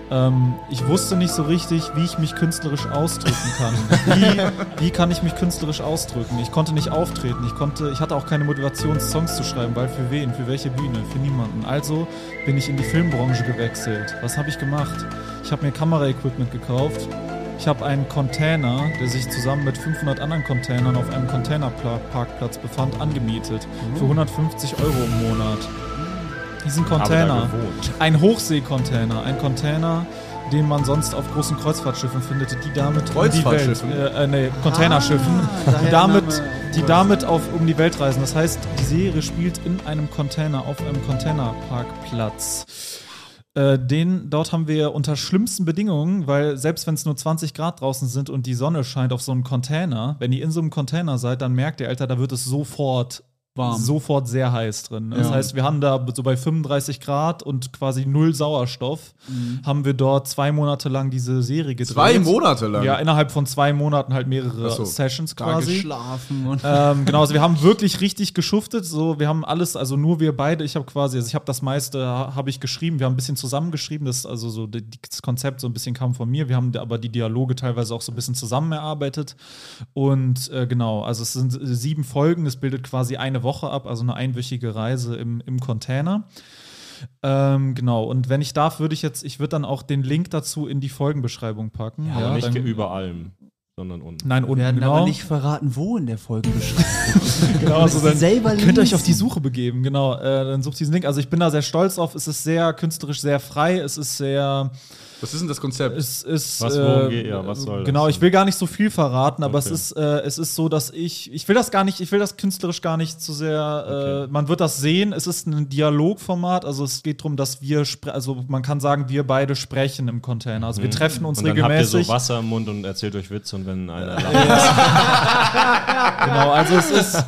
Speaker 1: Ähm, ich wusste nicht so richtig, wie ich mich künstlerisch ausdrücken kann. wie, wie kann ich mich künstlerisch ausdrücken? Ich konnte nicht auftreten, ich konnte, ich hatte auch keine Motivation, Songs zu schreiben, weil für wen, für welche Bühne, für niemanden. Also bin ich in die Filmbranche gewechselt. Was habe ich gemacht? Ich habe mir Kameraequipment gekauft. Ich habe einen Container, der sich zusammen mit 500 anderen Containern auf einem Containerparkplatz befand, angemietet. Für 150 Euro im Monat. Diesen Container. Ein Hochseekontainer, ein Container, den man sonst auf großen Kreuzfahrtschiffen findet, die damit um die Welt,
Speaker 3: Kreuzfahrtschiffen?
Speaker 1: äh, äh, nee, Containerschiffen, die
Speaker 4: Ah, daher
Speaker 1: damit,
Speaker 4: Name.
Speaker 1: die damit auf um die Welt reisen. Das heißt, die Serie spielt in einem Container auf einem Containerparkplatz. Äh, Den, dort haben wir unter schlimmsten Bedingungen, weil selbst wenn es nur 20 Grad draußen sind und die Sonne scheint auf so einen Container, wenn ihr in so einem Container seid, dann merkt ihr, Alter, da wird es sofort
Speaker 4: Warm.
Speaker 1: sofort sehr heiß drin. Das
Speaker 4: Ja.
Speaker 1: heißt, wir haben da so bei 35 Grad und quasi null Sauerstoff,
Speaker 4: Mhm.
Speaker 1: haben wir dort zwei Monate lang diese Serie gedreht.
Speaker 3: Zwei Monate lang.
Speaker 1: Ja, innerhalb von zwei Monaten halt mehrere
Speaker 3: Ach so.
Speaker 1: Sessions
Speaker 4: Da
Speaker 1: quasi.
Speaker 4: geschlafen und
Speaker 1: Ähm, genau, also wir haben wirklich richtig geschuftet. So, wir haben alles, also nur wir beide. Ich habe quasi, also ich habe das meiste ha- habe ich geschrieben. Wir haben ein bisschen zusammengeschrieben. Das also so die- die- das Konzept so ein bisschen kam von mir. Wir haben da aber die Dialoge teilweise auch so ein bisschen zusammen erarbeitet. Und äh, genau, also es sind äh, sieben Folgen. Es bildet quasi eine Woche ab, also eine einwöchige Reise im, im Container. Ähm, genau. Und wenn ich darf, würde ich jetzt, ich würde dann auch den Link dazu in die Folgenbeschreibung packen.
Speaker 2: Aber nicht
Speaker 1: dann,
Speaker 2: über allem, sondern unten.
Speaker 1: Nein,
Speaker 4: Wir
Speaker 1: unten
Speaker 4: werden
Speaker 1: genau.
Speaker 4: aber nicht verraten, wo in der Folgenbeschreibung.
Speaker 1: genau,
Speaker 4: Müsst
Speaker 1: also
Speaker 4: ihr
Speaker 1: dann
Speaker 4: selber
Speaker 1: könnt ihr euch
Speaker 4: lesen.
Speaker 1: auf die Suche begeben, genau. Äh, dann sucht diesen Link. Also ich bin da sehr stolz drauf. Es ist sehr künstlerisch, sehr frei. Es ist sehr,
Speaker 3: Was ist denn das Konzept?
Speaker 1: es ist. äh,
Speaker 2: Was, worum geht- ja, was soll das
Speaker 1: Genau, ich
Speaker 2: denn?
Speaker 1: will gar nicht so viel verraten, aber es
Speaker 2: Okay.
Speaker 1: ist, äh, es ist so, dass ich, ich will das gar nicht, ich will das künstlerisch gar nicht zu sehr. Äh,
Speaker 2: Okay.
Speaker 1: Man wird das sehen. Es ist ein Dialogformat. Also es geht darum, dass wir, spre- also man kann sagen, wir beide sprechen im Container. Also wir treffen uns
Speaker 2: Mhm. Und dann habt ihr
Speaker 1: regelmäßig.
Speaker 2: so Wasser im Mund und erzählt euch Witze und wenn einer lacht,
Speaker 1: Genau, also es ist.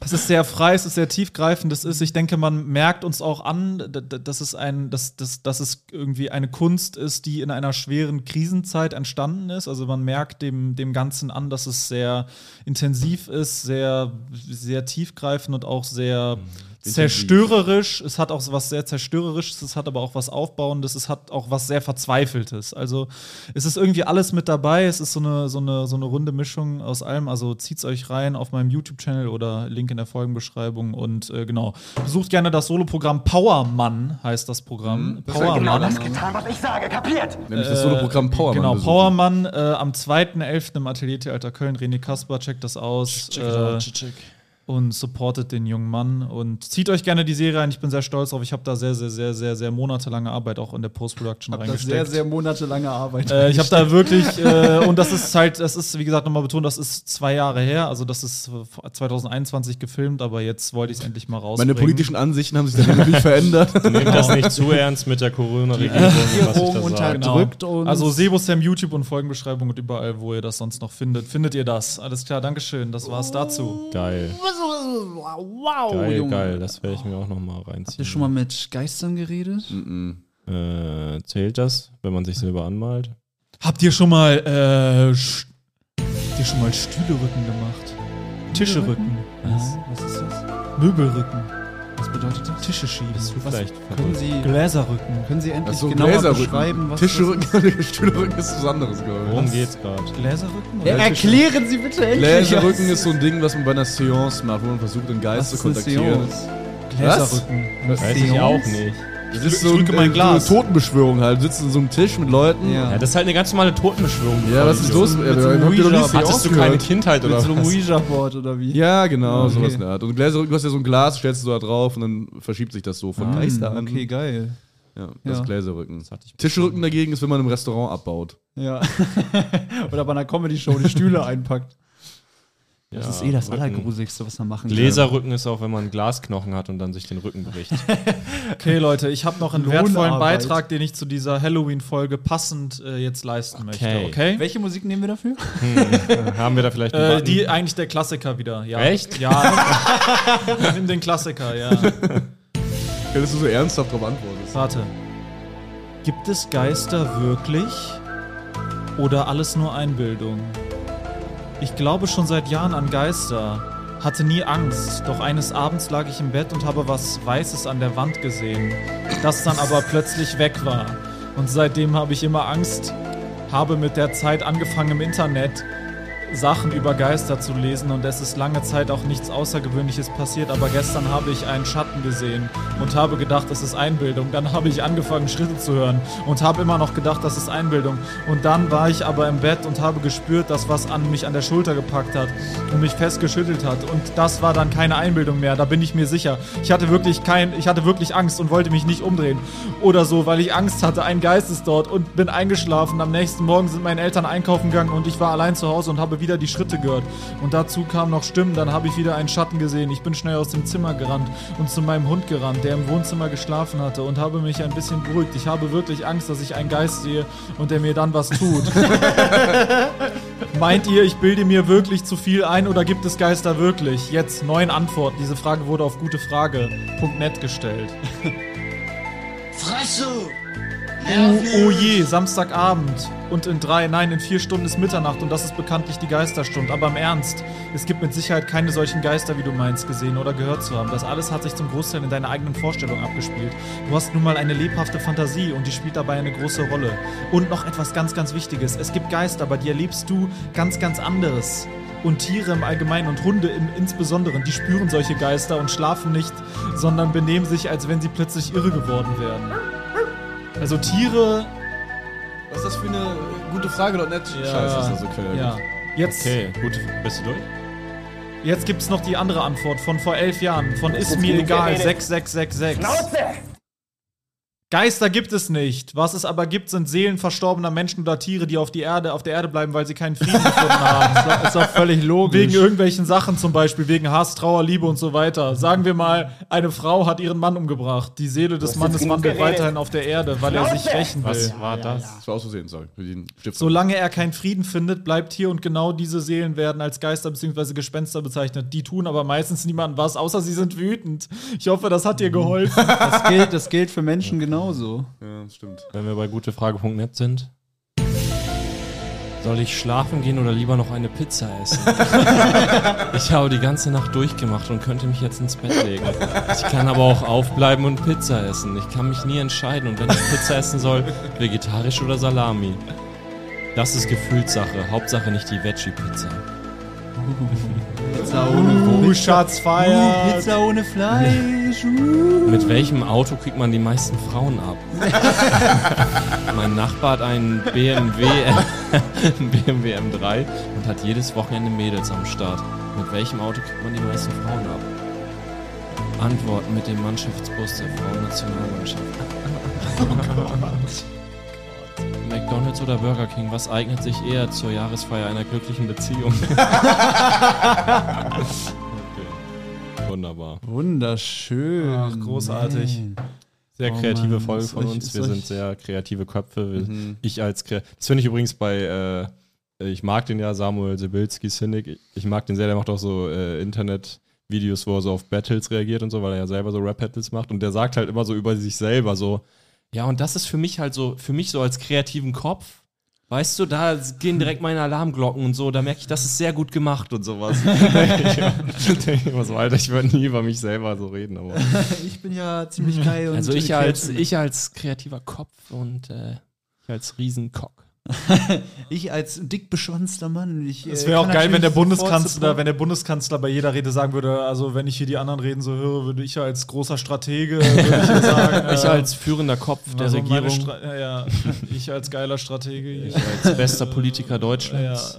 Speaker 1: Es ist sehr frei, es ist sehr tiefgreifend. Es ist, ich denke, man merkt uns auch an, d- d- dass es, ein, dass, dass, dass es irgendwie eine Kunst ist, die in einer schweren Krisenzeit entstanden ist. Also man merkt dem, dem Ganzen an, dass es sehr intensiv ist, sehr, sehr tiefgreifend und auch sehr zerstörerisch. Es hat auch so was sehr zerstörerisches, es hat aber auch was Aufbauendes, es hat auch was sehr Verzweifeltes. Also es ist irgendwie alles mit dabei. Es ist so eine, so eine, so eine runde Mischung aus allem. Also zieht's euch rein auf meinem YouTube-Channel oder Link in der Folgenbeschreibung. Und äh, genau, besucht gerne das Soloprogramm Powermann heißt das
Speaker 4: Mhm.
Speaker 1: Programm.
Speaker 3: ist ein
Speaker 5: Genau
Speaker 3: geiler
Speaker 5: das getan, was ich sage, kapiert?
Speaker 3: Nämlich das
Speaker 4: Äh,
Speaker 3: Soloprogramm Powermann.
Speaker 1: Genau,
Speaker 3: besuchen.
Speaker 1: Powermann äh, am 2.11. im Atelier Theater Köln. René Kasper, checkt das aus. äh, und supportet den jungen Mann und zieht euch gerne die Serie ein. Ich bin sehr stolz drauf. Ich habe da sehr, sehr, sehr, sehr, sehr monatelange Arbeit auch in der Post-Production
Speaker 4: Hab das sehr,
Speaker 1: reingesteckt.
Speaker 4: sehr monatelange Arbeit.
Speaker 1: Äh, ich habe da wirklich, äh, und das ist halt, das ist, wie gesagt, nochmal betont, das ist zwei Jahre her, also das ist äh, 2021 gefilmt, aber jetzt wollte ich es endlich mal rausbringen.
Speaker 3: Meine politischen Ansichten haben sich dann natürlich verändert.
Speaker 2: Nehmt das nicht zu ernst mit der Corona-Regierung, was ich da
Speaker 4: unter-
Speaker 2: sage.
Speaker 1: genau.
Speaker 4: drückt uns.
Speaker 1: Also Sebosam, YouTube und Folgenbeschreibung und überall, wo ihr das sonst noch findet, findet ihr das. Alles klar, Dankeschön, das war's dazu.
Speaker 2: Geil.
Speaker 4: Wow,
Speaker 2: Geil,
Speaker 4: Junge.
Speaker 2: geil. Das werde ich mir auch nochmal
Speaker 4: Habt ihr
Speaker 2: reinziehen.
Speaker 4: schon mal mit Geistern geredet?
Speaker 3: Hm.
Speaker 4: Mhm.
Speaker 2: äh, zählt das, wenn man sich selber anmalt?
Speaker 1: Habt ihr schon mal, äh, Sch- habt ihr schon mal Stühlerücken gemacht? Tischerücken,
Speaker 4: Was? Was ist das?
Speaker 1: Möbelrücken,
Speaker 4: Was bedeutet das?
Speaker 1: Tische schieben,
Speaker 2: Bist du vielleicht
Speaker 4: Können
Speaker 2: verrückt?
Speaker 4: Sie,
Speaker 1: Gläserrücken.
Speaker 4: können Sie endlich
Speaker 3: Achso,
Speaker 4: genauer
Speaker 3: Gläserrücken.
Speaker 4: beschreiben, was
Speaker 3: Tischrücken, Stühlerücken ist was anderes, glaube
Speaker 2: Worum geht's gerade?
Speaker 1: Gläserrücken?
Speaker 4: das ist? Erklären Sie bitte
Speaker 3: ich.
Speaker 4: endlich.
Speaker 3: Gläserrücken ist so ein Ding, was man bei einer Seance macht, wo man versucht, den Geist
Speaker 4: Was
Speaker 3: zu
Speaker 4: ist eine
Speaker 3: kontaktieren.
Speaker 4: Seance?
Speaker 1: Gläserrücken.
Speaker 2: Weiß ich auch nicht.
Speaker 3: Das ist
Speaker 1: drück- ich drücke mein Glas.
Speaker 3: so eine Totenbeschwörung halt. Du sitzt an so einem Tisch mit Leuten.
Speaker 4: Ja.
Speaker 2: Ja, das ist halt eine ganz normale Totenbeschwörung.
Speaker 3: Ja, was ist los?
Speaker 4: mit so einem
Speaker 3: habt ihr noch nie
Speaker 4: Ouija-
Speaker 3: Seance
Speaker 2: Hattest du keine
Speaker 3: gehört?
Speaker 2: Kindheit oder
Speaker 4: Mit so einem
Speaker 2: was?
Speaker 4: Ouija-Board oder wie?
Speaker 3: Ja, genau,
Speaker 4: Okay.
Speaker 3: sowas in der Art. Und Gläserrücken, du hast ja so ein Glas, stellst du da drauf und dann verschiebt sich das so von
Speaker 4: Hm,
Speaker 3: Geister an.
Speaker 4: Okay, geil.
Speaker 3: Ja, das
Speaker 4: Ja.
Speaker 3: ist Gläserrücken.
Speaker 2: hatte ich
Speaker 3: Tischrücken dagegen ist, wenn man im Restaurant abbaut.
Speaker 4: Ja. Oder bei einer Comedy-Show die Stühle einpackt. Das
Speaker 2: Ja,
Speaker 4: ist eh das
Speaker 2: Rücken.
Speaker 4: Allergruseligste, was man machen
Speaker 2: Gläserrücken ist auch, wenn man einen Glasknochen hat und dann sich den Rücken bricht.
Speaker 1: Okay, Leute, ich habe noch einen
Speaker 4: Lohnarbeit.
Speaker 1: wertvollen Beitrag, den ich zu dieser Halloween-Folge passend äh, jetzt leisten möchte, okay?
Speaker 4: kann. Welche Musik nehmen wir dafür?
Speaker 2: Haben wir da vielleicht einen
Speaker 1: Äh,
Speaker 2: Button?
Speaker 1: die eigentlich der Klassiker wieder, ja.
Speaker 2: Echt?
Speaker 1: Ja. Nimm den Klassiker, ja.
Speaker 3: Ja, dass du so ernsthaft drauf antwortest.
Speaker 1: Warte. Gibt es Geister wirklich oder alles nur Einbildung? Ich glaube schon seit Jahren an Geister, hatte nie Angst, doch eines Abends lag ich im Bett und habe was Weißes an der Wand gesehen, das dann aber plötzlich weg war. Und seitdem habe ich immer Angst, habe mit der Zeit angefangen im Internet Sachen über Geister zu lesen und es ist lange Zeit auch nichts Außergewöhnliches passiert, aber gestern habe ich einen Schatten gesehen und habe gedacht, das ist Einbildung. Dann habe ich angefangen, Schritte zu hören und habe immer noch gedacht, das ist Einbildung. Und dann war ich aber im Bett und habe gespürt, dass was an mich an der Schulter gepackt hat und mich festgeschüttelt hat. Und das war dann keine Einbildung mehr, da bin ich mir sicher. Ich hatte wirklich kein, ich hatte wirklich Angst und wollte mich nicht umdrehen oder so, weil ich Angst hatte, ein Geist ist dort und bin eingeschlafen. Am nächsten Morgen sind meine Eltern einkaufen gegangen und ich war allein zu Hause und habe wieder die Schritte gehört. Und dazu kamen noch Stimmen, dann habe ich wieder einen Schatten gesehen. Ich bin schnell aus dem Zimmer gerannt und zu meinem Hund gerannt, der im Wohnzimmer geschlafen hatte und habe mich ein bisschen beruhigt. Ich habe wirklich Angst, dass ich einen Geist sehe und der mir dann was tut. Meint ihr, ich bilde mir wirklich zu viel ein oder gibt es Geister wirklich? Jetzt neun Antworten. Diese Frage wurde auf gutefrage.net gestellt. Oh, oh je, Samstagabend. Und in drei, nein, in vier Stunden ist Mitternacht und das ist bekanntlich die Geisterstunde. Aber im Ernst, es gibt mit Sicherheit keine solchen Geister, wie du meinst, gesehen oder gehört zu haben. Das alles hat sich zum Großteil in deiner eigenen Vorstellung abgespielt. Du hast nun mal eine lebhafte Fantasie und die spielt dabei eine große Rolle. Und noch etwas ganz, ganz Wichtiges. Es gibt Geister, aber die erlebst du ganz, ganz anderes. Und Tiere im Allgemeinen und Hunde im Insbesonderen, die spüren solche Geister und schlafen nicht, sondern benehmen sich, als wenn sie plötzlich irre geworden wären. Also Tiere
Speaker 3: Was ist das für eine äh, gute Frage, dort net? Scheiße, das ist so quer.
Speaker 1: ja. Jetzt,
Speaker 2: Okay, gut. Bist du durch?
Speaker 1: jetzt gibt es noch die andere Antwort von vor elf Jahren, von
Speaker 5: Jetzt
Speaker 1: Ist
Speaker 5: wird's
Speaker 1: mir
Speaker 5: genug
Speaker 1: egal,
Speaker 5: geredet.
Speaker 1: 6666.
Speaker 5: Schnauze!
Speaker 1: Geister gibt es nicht. Was es aber gibt, sind Seelen verstorbener Menschen oder Tiere, die auf, die Erde, auf der Erde bleiben, weil sie keinen Frieden gefunden haben. Ist doch- Ist doch völlig logisch. Wegen irgendwelchen Sachen zum Beispiel, wegen Hass, Trauer, Liebe und so weiter. Sagen wir mal, eine Frau hat ihren Mann umgebracht. Die Seele des
Speaker 5: hast
Speaker 1: Mannes
Speaker 5: jetzt genug
Speaker 1: wandelt
Speaker 5: geredet.
Speaker 1: weiterhin auf der Erde, weil er sich rächen will.
Speaker 2: Was war das?
Speaker 3: Das war aus Versehen, sorry. Für den Stift.
Speaker 1: Solange er keinen Frieden findet, bleibt hier und genau diese Seelen werden als Geister bzw. Gespenster bezeichnet. Die tun aber meistens niemandem was, außer sie sind wütend. Ich hoffe, das hat dir geholfen.
Speaker 4: Das gilt, das gilt für Menschen genauso.
Speaker 3: Ja, das stimmt.
Speaker 2: Wenn wir bei gutefrage.net sind.
Speaker 6: Soll ich schlafen gehen oder lieber noch eine Pizza essen? ich habe die ganze Nacht durchgemacht und könnte mich jetzt ins Bett legen. Ich kann aber auch aufbleiben und Pizza essen. Ich kann mich nie entscheiden und wenn ich Pizza essen soll, vegetarisch oder Salami. Das ist Gefühlssache. Hauptsache nicht die Veggie-Pizza.
Speaker 4: Pizza ohne
Speaker 1: Uh, Shots
Speaker 4: Uh,
Speaker 1: feiert.
Speaker 4: Pizza ohne Fleisch. Uh.
Speaker 6: Mit welchem Auto kriegt man die meisten Frauen ab? mein Nachbar hat einen BMW, einen BMW M3 und hat jedes Wochenende Mädels am Start. Mit welchem Auto kriegt man die meisten Frauen ab? Antwort mit dem Mannschaftsbus der Frauennationalmannschaft. Oh McDonalds oder Burger King, was eignet sich eher zur Jahresfeier einer glücklichen Beziehung? okay. Wunderbar.
Speaker 4: Wunderschön.
Speaker 1: Ach, großartig.
Speaker 2: Sehr
Speaker 4: Oh
Speaker 2: kreative
Speaker 4: Mann,
Speaker 2: Folge
Speaker 4: ist
Speaker 2: von
Speaker 4: euch-
Speaker 2: uns.
Speaker 4: ist
Speaker 2: Wir
Speaker 4: euch- Mhm.
Speaker 2: sind sehr kreative Köpfe. Wir, Ich als Kre Das finde ich übrigens bei, äh, ich mag den ja, Samuel Sibilski, Cynic. Ich, ich mag den sehr, der macht auch so äh, Internet-Videos, wo er so auf Battles reagiert und so, weil er ja selber so Rap-Battles macht. Und der sagt halt immer so über sich selber so, ja, und das ist für mich halt so, für mich so als kreativen Kopf. Weißt du, da gehen direkt meine Alarmglocken und so, da merke ich, das ist sehr gut gemacht und sowas. ich denke immer so, Alter, ich würde nie über mich selber so reden, aber.
Speaker 4: Ich bin ja ziemlich geil und
Speaker 6: Also ich als, ich als kreativer Kopf und äh, ich als Riesenkock.
Speaker 4: ich als dick beschwanzter Mann. Ich,
Speaker 1: Es
Speaker 4: äh,
Speaker 1: wäre auch
Speaker 4: kann
Speaker 1: geil, wenn der
Speaker 4: natürlich sofort
Speaker 1: Bundeskanzler,
Speaker 4: support-
Speaker 1: wenn der Bundeskanzler bei jeder Rede sagen würde, also wenn ich hier die anderen Reden so höre, würde ich ja als großer Stratege würde ich hier sagen,
Speaker 6: Ich
Speaker 2: Ähm,
Speaker 1: äh,
Speaker 6: als führender Kopf der
Speaker 1: also meine
Speaker 6: Regierung.
Speaker 1: Stra- ja, ja, ich als geiler Stratege. hier.
Speaker 6: als bester Politiker Deutschlands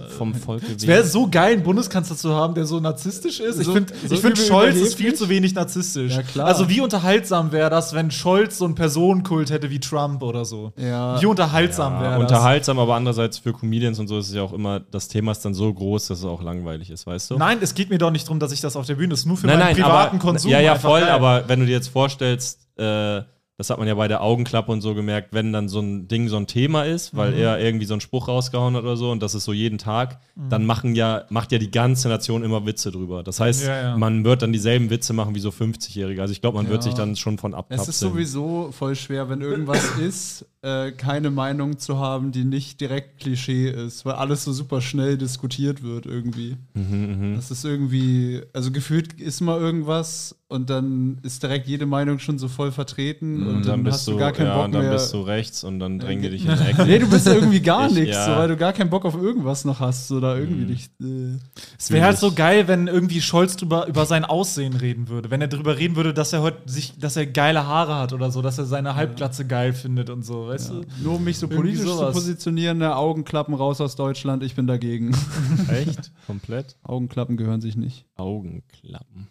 Speaker 1: Ja, äh,
Speaker 6: vom Volk
Speaker 1: Es wäre
Speaker 6: gewählt.
Speaker 1: so geil, einen Bundeskanzler zu haben, der so narzisstisch ist. ich
Speaker 4: So-
Speaker 1: finde,
Speaker 4: so
Speaker 1: ich find,
Speaker 4: übel
Speaker 1: Scholz ist
Speaker 4: überheblich.
Speaker 1: viel zu wenig narzisstisch.
Speaker 4: Ja, klar.
Speaker 1: Also wie unterhaltsam wäre das, wenn Scholz so einen Personenkult hätte wie Trump oder so?
Speaker 4: Ja.
Speaker 1: Wie unterhaltsam
Speaker 2: Ja,
Speaker 1: wäre das?
Speaker 2: unterhaltsam, aber andererseits für Comedians und so ist es ja auch immer, das Thema ist dann so groß, dass es auch langweilig ist, weißt du?
Speaker 1: Nein, es geht mir doch nicht darum, dass ich das auf der Bühne ist. Nur für meinen privaten
Speaker 2: aber,
Speaker 1: Konsum.
Speaker 2: Ja, ja,
Speaker 1: einfach
Speaker 2: voll,
Speaker 1: geil.
Speaker 2: aber wenn du dir jetzt vorstellst, äh, das hat man ja bei der Augenklappe und so gemerkt, wenn dann so ein Ding so ein Thema ist,
Speaker 1: Mhm.
Speaker 2: weil er irgendwie so einen Spruch rausgehauen hat oder so und das ist so jeden Tag,
Speaker 1: Mhm.
Speaker 2: dann machen ja, macht ja die ganze Nation immer Witze drüber. Das heißt,
Speaker 1: Ja, ja.
Speaker 2: man wird dann dieselben Witze machen wie so 50-Jährige. Also ich glaube, man wird
Speaker 4: Ja.
Speaker 2: sich dann schon von abkapseln.
Speaker 4: Es ist sowieso voll schwer, wenn irgendwas ist, äh, keine Meinung zu haben, die nicht direkt Klischee ist, weil alles so super schnell diskutiert wird irgendwie.
Speaker 2: Mhm,
Speaker 4: Das ist irgendwie, also gefühlt ist mal irgendwas und dann ist direkt jede Meinung schon so voll vertreten und,
Speaker 2: und Mhm, dann bist
Speaker 4: hast
Speaker 2: du,
Speaker 4: du gar keinen
Speaker 2: ja,
Speaker 4: Bock
Speaker 2: und dann
Speaker 4: mehr.
Speaker 2: bist du rechts und dann drängen die dich in die Ecke.
Speaker 4: Nee, du bist irgendwie gar
Speaker 2: Ich-
Speaker 4: nichts,
Speaker 2: ja. Mhm.
Speaker 4: so, weil du gar keinen Bock auf irgendwas noch hast oder irgendwie nicht. Äh.
Speaker 1: Es wäre halt so geil, wenn irgendwie Scholz drüber, über sein Aussehen reden würde. Wenn er drüber reden würde, dass er heute sich, dass er geile Haare hat oder so, dass er seine Halbglatze geil findet und so, weißt du?
Speaker 4: Nur um mich so
Speaker 1: Irgendwie
Speaker 4: politisch zu
Speaker 1: sowas.
Speaker 4: positionieren, ne, Augenklappen raus aus Deutschland, ich bin dagegen.
Speaker 2: Echt? Komplett?
Speaker 4: Augenklappen gehören sich nicht.
Speaker 2: Augenklappen.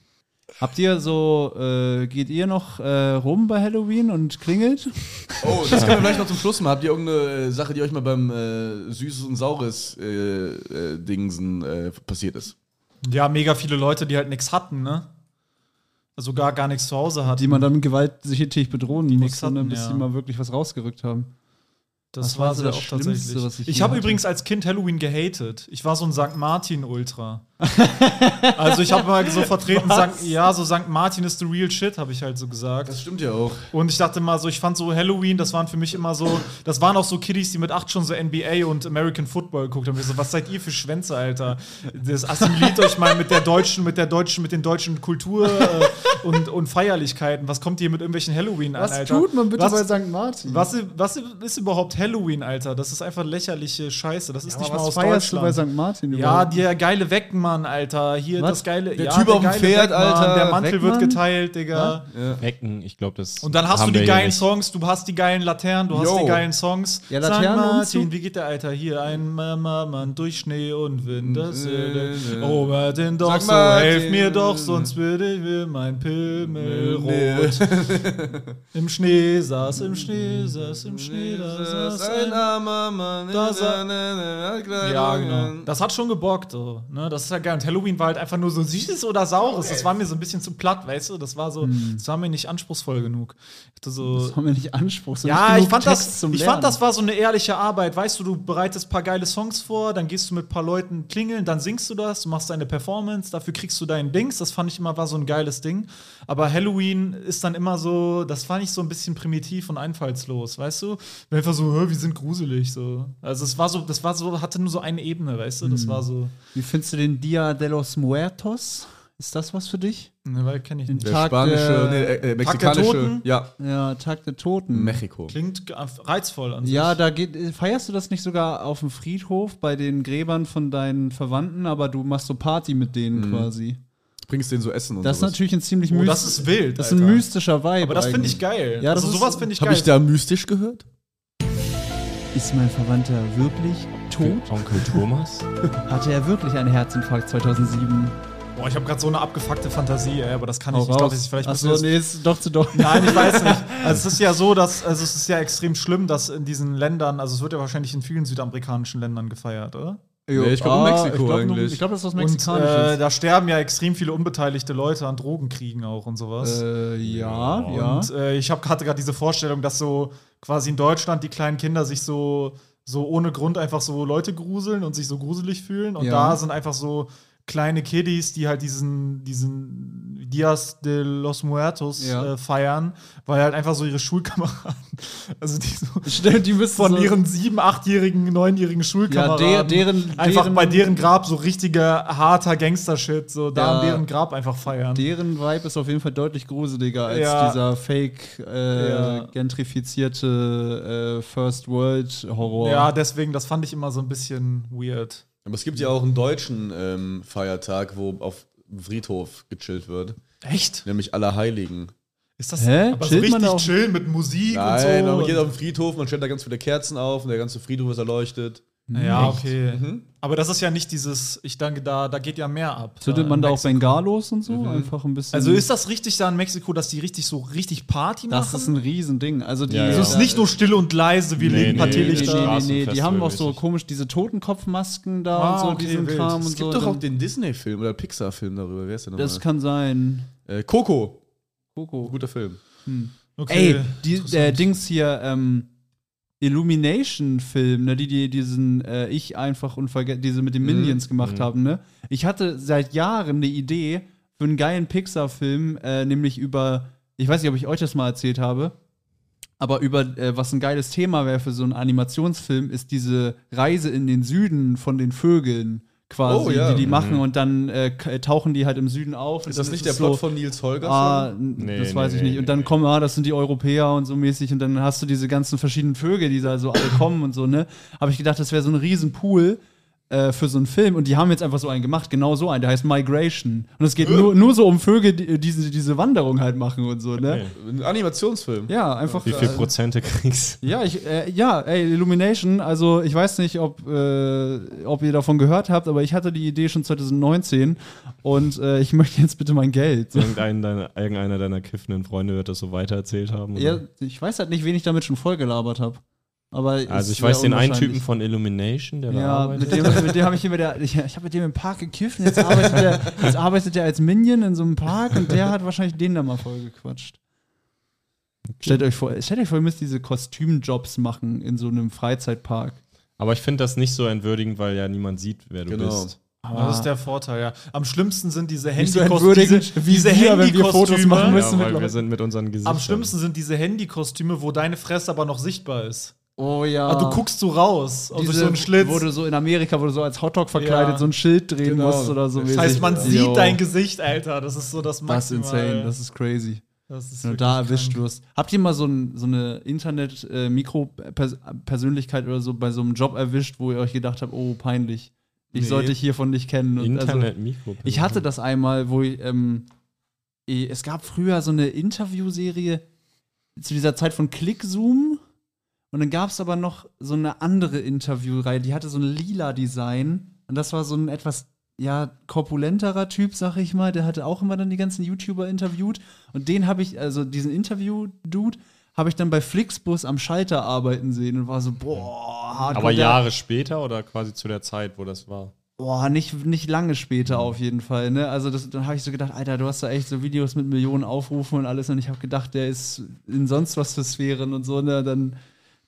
Speaker 4: Habt ihr so, äh, geht ihr noch äh, rum bei Halloween und klingelt?
Speaker 3: Oh, das können wir vielleicht noch zum Schluss mal. Habt ihr irgendeine äh, Sache, die euch mal beim äh, Süßes und Saures äh, äh, Dingsen äh, passiert ist?
Speaker 1: Ja, mega viele Leute, die halt nichts hatten, ne? Also gar, gar nichts zu Hause hatten.
Speaker 4: Die man dann gewalttätig bedrohen
Speaker 1: nix
Speaker 4: musste, ne,
Speaker 1: hatten,
Speaker 4: bis
Speaker 1: ja.
Speaker 4: die mal wirklich was rausgerückt haben.
Speaker 1: das
Speaker 4: was
Speaker 1: war
Speaker 4: war so
Speaker 1: sehr
Speaker 4: das
Speaker 1: oft
Speaker 4: Schlimmste,
Speaker 1: tatsächlich.
Speaker 4: was ich
Speaker 1: ich
Speaker 4: je
Speaker 1: habe
Speaker 4: hatte?
Speaker 1: übrigens als Kind Halloween gehatet. Ich war so ein St. Martin-Ultra. also ich habe mal so vertreten, Sankt, ja, so St. Martin ist the real shit, habe ich halt so gesagt.
Speaker 3: Das stimmt ja auch.
Speaker 1: Und ich dachte mal so, ich fand so Halloween, das waren für mich immer so, das waren auch so Kiddies, die mit acht schon so NBA und American Football geguckt haben. Ich so, was seid ihr für Schwänze, Alter? Das assimiliert euch mal mit der deutschen, mit der deutschen, mit den deutschen Kultur äh, und, und Feierlichkeiten. Was kommt ihr mit irgendwelchen Halloween an, Alter? was,
Speaker 4: St. Martin?
Speaker 1: was, was ist überhaupt Halloween, Alter? Das ist einfach lächerliche Scheiße. Das ist nicht
Speaker 4: Aber
Speaker 1: mal
Speaker 4: was
Speaker 1: aus
Speaker 4: feierst du bei
Speaker 1: Deutschland.
Speaker 4: St. Martin
Speaker 1: Ja, der geile Weckmann, Alter. Hier
Speaker 4: Was?
Speaker 1: das geile.
Speaker 3: Der
Speaker 1: ja,
Speaker 3: Typ auf dem
Speaker 1: geile
Speaker 3: Pferd, Alter.
Speaker 1: Der Mantel wird
Speaker 4: Weckmann?
Speaker 1: geteilt, Digga.
Speaker 2: Ecken, ich glaube, das.
Speaker 1: Und dann hast
Speaker 2: haben
Speaker 1: du die
Speaker 2: wir hier
Speaker 1: geilen
Speaker 2: nicht.
Speaker 1: Songs, du hast die geilen Laternen, du
Speaker 3: Jo.
Speaker 1: hast die geilen Songs.
Speaker 4: Ja,
Speaker 1: San
Speaker 4: Laternenumzug.
Speaker 1: Martin, wie geht der Alter hier? Ein Mann durch Schnee und Windersöhle.
Speaker 3: Äh, äh.
Speaker 1: Oh, Martin, doch
Speaker 3: Sag
Speaker 1: so,
Speaker 3: Martin.
Speaker 1: helf mir doch, sonst würde ich will mein
Speaker 4: Äh,
Speaker 1: Pimmel rot. Im Schnee saß, im Schnee saß, im Schnee da saß ein
Speaker 3: armer Mann.
Speaker 1: Da sa- ja,
Speaker 3: Ja,
Speaker 1: genau. Das hat schon gebockt, so. Ne? Das ist ja geil. Und Halloween war halt einfach nur so süßes oder saures. Das war mir so ein bisschen zu platt, weißt du? Das war so, das war mir nicht anspruchsvoll genug. Ich dachte so,
Speaker 4: Das haben wir nicht Anspruch. so nicht
Speaker 1: ja,
Speaker 4: genug
Speaker 1: ich fand,
Speaker 4: Text
Speaker 1: das,
Speaker 4: zum
Speaker 1: ich fand,
Speaker 4: Lernen.
Speaker 1: das war so eine ehrliche Arbeit. Weißt du, du bereitest ein paar geile Songs vor, dann gehst du mit ein paar Leuten klingeln, dann singst du das, du machst deine Performance, dafür kriegst du deinen Dings. Das fand ich immer war so ein geiles Ding. Aber Halloween ist dann immer so, das fand ich so ein bisschen primitiv und einfallslos, weißt du? Einfach so, "Hä, wir sind gruselig. So. Also es war so, das war so, hatte nur so eine Ebene, weißt du?
Speaker 7: Mhm.
Speaker 1: Das war so,
Speaker 4: Wie findest du den Dia de los Muertos? Ist das was für dich?
Speaker 1: ne, weil kenne ich
Speaker 4: Den
Speaker 1: nicht.
Speaker 3: Der
Speaker 4: Tag
Speaker 3: spanische, nee,
Speaker 4: der,
Speaker 3: äh, äh,
Speaker 1: Tag der
Speaker 3: mexikanische.
Speaker 1: Toten?
Speaker 3: Ja,
Speaker 4: ja, Tag der Toten.
Speaker 3: Mexiko.
Speaker 1: Klingt ge- reizvoll an sich.
Speaker 4: Ja, da geht, äh, feierst du das nicht sogar auf dem Friedhof bei den Gräbern von deinen Verwandten, aber du machst so Party mit denen quasi.
Speaker 3: Bringst denen so Essen und
Speaker 4: Das ist
Speaker 3: sowas.
Speaker 4: natürlich ein ziemlich
Speaker 1: oh,
Speaker 4: myst-
Speaker 1: das ist wild.
Speaker 4: das ist ein
Speaker 1: Alter.
Speaker 4: mystischer Vibe.
Speaker 1: Aber das finde ich
Speaker 4: eigentlich.
Speaker 1: geil.
Speaker 4: Ja, das
Speaker 1: also
Speaker 4: ist-
Speaker 1: sowas finde ich
Speaker 3: Hab
Speaker 1: geil.
Speaker 3: ich da mystisch gehört?
Speaker 4: Ist mein Verwandter wirklich tot?
Speaker 6: Onkel Thomas?
Speaker 4: Hatte er wirklich einen Herzinfarkt 2007?
Speaker 7: Boah, ich habe gerade so eine abgefuckte Fantasie, ey, aber das kann ich
Speaker 4: Hau
Speaker 7: nicht. Ich glaub,
Speaker 4: raus.
Speaker 7: ich, vielleicht
Speaker 4: Ach
Speaker 7: müssen
Speaker 4: so,
Speaker 7: wir das-
Speaker 4: nee, ist doch zu doch.
Speaker 7: Nein, ich weiß nicht. Also es ist ja so, dass also es ist ja extrem schlimm, dass in diesen Ländern, also es wird ja wahrscheinlich in vielen südamerikanischen Ländern gefeiert, oder?
Speaker 3: Nee, ich glaub, in Mexiko
Speaker 4: ich glaub, nur-
Speaker 3: eigentlich.
Speaker 4: Ich glaube, das ist was
Speaker 7: Und
Speaker 4: Mexikanisches.
Speaker 7: äh, da sterben ja extrem viele unbeteiligte Leute an Drogenkriegen auch und sowas.
Speaker 4: Äh, ja, ja.
Speaker 7: Und äh, ich hab, hatte gerade diese Vorstellung, dass so quasi in Deutschland die kleinen Kinder sich so, so ohne Grund einfach so Leute gruseln und sich so gruselig fühlen. Und
Speaker 4: Ja.
Speaker 7: da sind einfach so kleine Kiddies, die halt diesen, diesen Dias de los Muertos
Speaker 4: Ja.
Speaker 7: äh, feiern, weil halt einfach so ihre Schulkameraden, also die so
Speaker 4: Stimmt, die müssen
Speaker 7: von
Speaker 4: so-
Speaker 7: ihren sieben, achtjährigen, neunjährigen Schulkameraden
Speaker 4: Ja, der- deren-
Speaker 7: einfach
Speaker 4: deren-
Speaker 7: bei deren Grab so richtiger harter Gangster-Shit, so da an
Speaker 4: Ja.
Speaker 7: deren Grab einfach feiern.
Speaker 4: Deren Vibe ist auf jeden Fall deutlich gruseliger als
Speaker 7: Ja.
Speaker 4: dieser fake äh,
Speaker 7: Ja.
Speaker 4: gentrifizierte äh, First World Horror.
Speaker 7: ja, deswegen, das fand ich immer so ein bisschen weird.
Speaker 3: Aber es gibt ja auch einen deutschen ähm, Feiertag, wo auf dem Friedhof gechillt wird,
Speaker 7: Echt?
Speaker 3: nämlich Allerheiligen.
Speaker 7: Ist das
Speaker 4: Hä?
Speaker 7: Aber so
Speaker 4: Chillt man
Speaker 7: richtig
Speaker 4: da auch-
Speaker 7: chillen mit Musik
Speaker 3: Nein,
Speaker 7: und so?
Speaker 3: man geht auf den Friedhof, man stellt da ganz viele Kerzen auf und der ganze Friedhof ist erleuchtet.
Speaker 7: ja, okay.
Speaker 4: Mhm.
Speaker 7: Aber das ist ja nicht dieses, ich denke, da, da geht ja mehr ab. Äh,
Speaker 4: Zündet
Speaker 7: Da
Speaker 4: man
Speaker 7: in
Speaker 4: da auch
Speaker 7: Mexiko. Mhm.
Speaker 4: Bengalos und so? Einfach ein bisschen.
Speaker 7: Also ist das richtig da in Mexiko, dass die richtig so richtig Party
Speaker 4: Mhm. das ist
Speaker 7: machen?
Speaker 4: ein Riesending. Also die
Speaker 2: Ja, ja.
Speaker 7: also es ist nicht nur still und leise, wir
Speaker 2: Nee,
Speaker 7: legen ein paar
Speaker 2: nee,
Speaker 4: Nee, nee,
Speaker 7: Teelichter.
Speaker 4: nee, nee,
Speaker 2: Straßenfestival
Speaker 4: die haben auch so
Speaker 2: mäßig.
Speaker 4: komisch diese Totenkopfmasken da
Speaker 7: Ah,
Speaker 4: und so
Speaker 7: okay,
Speaker 4: diesen
Speaker 7: wild.
Speaker 4: Kram
Speaker 7: Es
Speaker 4: und
Speaker 3: Es
Speaker 4: so.
Speaker 3: gibt doch auch
Speaker 4: Dann-
Speaker 3: den Disney-Film oder Pixar-Film darüber. Wer ist der nochmal?
Speaker 4: das kann sein.
Speaker 3: äh, Coco,
Speaker 4: Coco.
Speaker 3: guter Film.
Speaker 7: Okay.
Speaker 4: Ey, die, der Dings hier, ähm, Illumination-Film, ne, die, die diesen äh, Ich einfach unvergessen, diese
Speaker 3: Mhm.
Speaker 4: mit den Minions gemacht haben, ne? Ich hatte seit Jahren eine Idee für einen geilen Pixar-Film, äh, nämlich über, ich weiß nicht, ob ich euch das mal erzählt habe, aber über, äh, was ein geiles Thema wäre für so einen Animationsfilm, ist diese Reise in den Süden von den Vögeln quasi,
Speaker 3: Oh, ja.
Speaker 4: die die machen und dann äh, k- tauchen die halt im Süden auf.
Speaker 3: Ist das nicht der Plot von Nils Holgersson?
Speaker 4: Ah, n- das
Speaker 2: nee,
Speaker 4: weiß ich
Speaker 2: nee,
Speaker 4: nicht. Und
Speaker 2: nee,
Speaker 4: dann
Speaker 2: nee.
Speaker 4: kommen, ah, das sind die Europäer und so mäßig. Und dann hast du diese ganzen verschiedenen Vögel, die da so alle kommen und so, ne? Habe ich gedacht, das wäre so ein Riesenpool äh, für so einen Film. Und die haben jetzt einfach so einen gemacht, genau so einen, der heißt Migration. Und es geht nur, nur so um Vögel, die diese, diese Wanderung halt machen und so, ne?
Speaker 3: Ein Animationsfilm.
Speaker 4: Ja, einfach.
Speaker 2: Wie viel
Speaker 4: äh,
Speaker 2: Prozente kriegst
Speaker 4: ja, ich, äh, ja, ey, Illumination, also ich weiß nicht, ob, äh, ob ihr davon gehört habt, aber ich hatte die Idee schon 2019 und äh, ich möchte jetzt bitte mein Geld. So.
Speaker 2: Irgendein deiner, irgendeiner deiner kiffenden Freunde wird das so weitererzählt haben. oder?
Speaker 4: Ja, ich weiß halt nicht, wen ich damit schon vollgelabert habe. Aber
Speaker 2: also
Speaker 4: ist
Speaker 2: ich weiß
Speaker 4: sehr
Speaker 2: den einen Typen
Speaker 4: unwahrscheinlich.
Speaker 2: von Illumination, der da
Speaker 4: Ja, mit
Speaker 2: arbeitet.
Speaker 4: dem, mit dem habe ich immer der, ich, ich habe mit dem im Park gekifft. und Jetzt arbeitet, der, jetzt arbeitet der als Minion in so einem Park und der hat wahrscheinlich den da mal vollgequatscht. Stellt euch vor, stellt euch vor, ihr müsst diese Kostümjobs machen in so einem Freizeitpark.
Speaker 2: Aber ich finde das nicht so entwürdigend, weil ja niemand sieht, wer du
Speaker 3: Genau.
Speaker 2: bist.
Speaker 7: Aber das ist der Vorteil, ja. Am schlimmsten sind diese
Speaker 4: Nicht so
Speaker 7: Handykostüme.
Speaker 4: entwürdigend
Speaker 7: diese,
Speaker 4: wie
Speaker 7: diese
Speaker 4: wir, wenn wir
Speaker 7: Handykostüme-
Speaker 4: Fotos machen müssen.
Speaker 2: Ja,
Speaker 4: Müssen wir,
Speaker 2: weil
Speaker 4: glaub
Speaker 2: wir
Speaker 4: ich-
Speaker 2: sind mit unseren
Speaker 4: Ah.
Speaker 2: Gesichtern.
Speaker 7: Am schlimmsten sind diese Handykostüme, wo deine Fresse aber noch sichtbar ist.
Speaker 4: Oh ja.
Speaker 7: Aber Ah, du guckst so raus und durch so einen Schlitz.
Speaker 4: Wo du so in Amerika, wo du so als Hotdog verkleidet
Speaker 7: Ja.
Speaker 4: so ein Schild drehen
Speaker 3: Genau.
Speaker 4: musst oder so.
Speaker 3: Das
Speaker 7: das
Speaker 4: mäßig.
Speaker 7: heißt, man sieht
Speaker 4: Yo.
Speaker 7: dein Gesicht, Alter. Das ist so das
Speaker 4: Das ist
Speaker 7: Maximale.
Speaker 4: insane, das ist crazy.
Speaker 7: Das ist
Speaker 4: Wenn du
Speaker 7: wirklich
Speaker 4: da erwischt
Speaker 7: krank.
Speaker 4: wirst. Habt ihr mal so, ein, so eine äh, Internet-Mikro-Persönlichkeit oder so bei so einem Job erwischt, wo ihr euch gedacht habt, oh, peinlich. Ich
Speaker 7: Nee.
Speaker 4: sollte ich hiervon nicht kennen. Und Also,
Speaker 2: Internet-Mikro.
Speaker 4: ich hatte das einmal, wo ich, ähm, eh, es gab früher so eine Interviewserie zu dieser Zeit von ClickZoom. Und dann gab es aber noch so eine andere Interviewreihe, die hatte so ein lila Design. Und das war so ein etwas, ja, korpulenterer Typ, sag ich mal. Der hatte auch immer dann die ganzen YouTuber interviewt. Und den habe ich, also diesen Interview-Dude, habe ich dann bei Flixbus am Schalter arbeiten sehen und war so, boah, hart.
Speaker 2: Aber Jahre später oder quasi zu der Zeit, wo das war?
Speaker 4: Boah, nicht, nicht lange später
Speaker 7: Mhm.
Speaker 4: auf jeden Fall, ne? Also das, dann habe ich so gedacht, Alter, du hast da echt so Videos mit Millionen Aufrufen und alles und ich habe gedacht, der ist in sonst was für Sphären und so, ne? Dann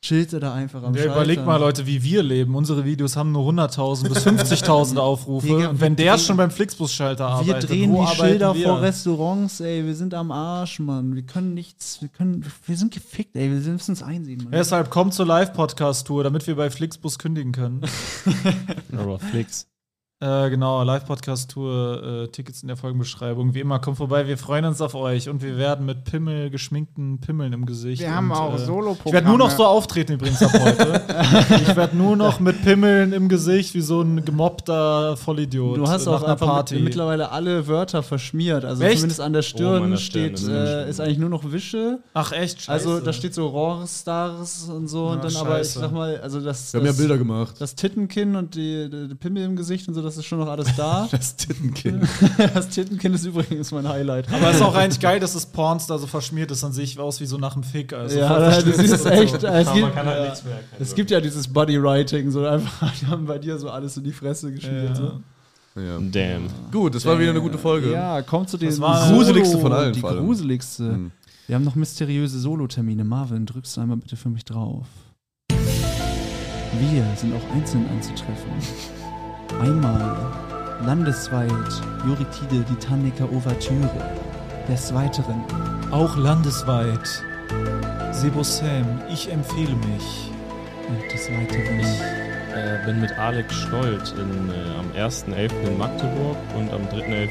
Speaker 4: chillt er da einfach am
Speaker 7: Ja,
Speaker 4: Schalter.
Speaker 7: überlegt mal, Leute, wie wir leben. Unsere Videos haben nur 100.000 bis 50.000 Aufrufe.
Speaker 4: Digga,
Speaker 7: und
Speaker 4: wir
Speaker 7: wenn der
Speaker 4: drehen-
Speaker 7: schon beim Flixbus-Schalter
Speaker 4: Wir
Speaker 7: arbeitet,
Speaker 4: drehen
Speaker 7: wo
Speaker 4: die
Speaker 7: arbeiten
Speaker 4: Schilder
Speaker 7: wir?
Speaker 4: vor Restaurants, ey, wir sind am Arsch, Mann. Wir können nichts, wir können, wir sind gefickt, ey, wir müssen es einsehen, Mann.
Speaker 7: Deshalb kommt zur Live-Podcast-Tour, damit wir bei Flixbus kündigen können.
Speaker 2: Aber Flix.
Speaker 7: Äh, genau, Live-Podcast-Tour, äh, Tickets in der Folgenbeschreibung. Wie immer, kommt vorbei, wir freuen uns auf euch und wir werden mit Pimmel, geschminkten Pimmeln im Gesicht.
Speaker 8: Wir haben
Speaker 7: und,
Speaker 8: auch
Speaker 7: äh,
Speaker 8: Solo-Programme.
Speaker 7: Ich werde nur noch so auftreten übrigens ab heute. ich werde nur noch mit Pimmeln im Gesicht wie so ein gemobbter Vollidiot.
Speaker 4: Du hast
Speaker 7: nach
Speaker 4: auch
Speaker 7: einer
Speaker 4: einfach
Speaker 7: Party.
Speaker 4: mit, mittlerweile alle Wörter verschmiert. Also
Speaker 7: Echt?
Speaker 4: zumindest an der
Speaker 2: Oh,
Speaker 4: Stirn
Speaker 2: meiner Stirn
Speaker 4: steht,
Speaker 2: ist
Speaker 4: äh, ist eigentlich nur noch Wische.
Speaker 7: Ach echt, scheiße.
Speaker 4: Also da steht so Rohrstars und so und
Speaker 1: Ah,
Speaker 7: Ja,
Speaker 4: dann aber ich
Speaker 7: scheiße.
Speaker 4: sag mal, also das,
Speaker 3: Wir haben ja
Speaker 4: das,
Speaker 3: Bilder gemacht.
Speaker 4: das Tittenkinn und die, die, die Pimmel im Gesicht und so, das das ist schon noch alles da.
Speaker 3: Das Tittenkind.
Speaker 4: Das Tittenkind ist übrigens mein Highlight.
Speaker 1: Aber es ist auch eigentlich geil, dass das Pornstar so verschmiert ist. Dann sehe ich aus wie so nach dem Fick. Also
Speaker 4: Ja,
Speaker 1: voll
Speaker 4: das
Speaker 1: verschwitzt
Speaker 4: ist
Speaker 1: und so.
Speaker 4: echt- es
Speaker 1: Aber
Speaker 4: gibt-
Speaker 1: man kann halt
Speaker 4: ja.
Speaker 1: nichts mehr erkennen.
Speaker 4: Es gibt ja dieses Bodywriting, so einfach, die haben bei dir so alles in die Fresse geschmiert.
Speaker 1: Ja.
Speaker 4: So.
Speaker 3: Ja.
Speaker 2: Damn.
Speaker 3: Gut, das war wieder eine gute Folge.
Speaker 4: Ja, komm zu den
Speaker 1: war-
Speaker 3: Gruseligste von allen,
Speaker 4: Die
Speaker 3: vor allem.
Speaker 4: gruseligste.
Speaker 3: Hm.
Speaker 4: Wir haben noch mysteriöse Solotermine. Marvin, drückst du einmal bitte für mich drauf. Wir sind auch einzeln anzutreffen. Einmal landesweit Juritide die Tannika Ouvertüre. Des Weiteren
Speaker 1: Auch landesweit. Sebo Sam, ich empfehle mich.
Speaker 4: und des Weiteren.
Speaker 2: Äh, bin mit Alex Stolt in, äh, am 1.11. in Magdeburg und am 3.11.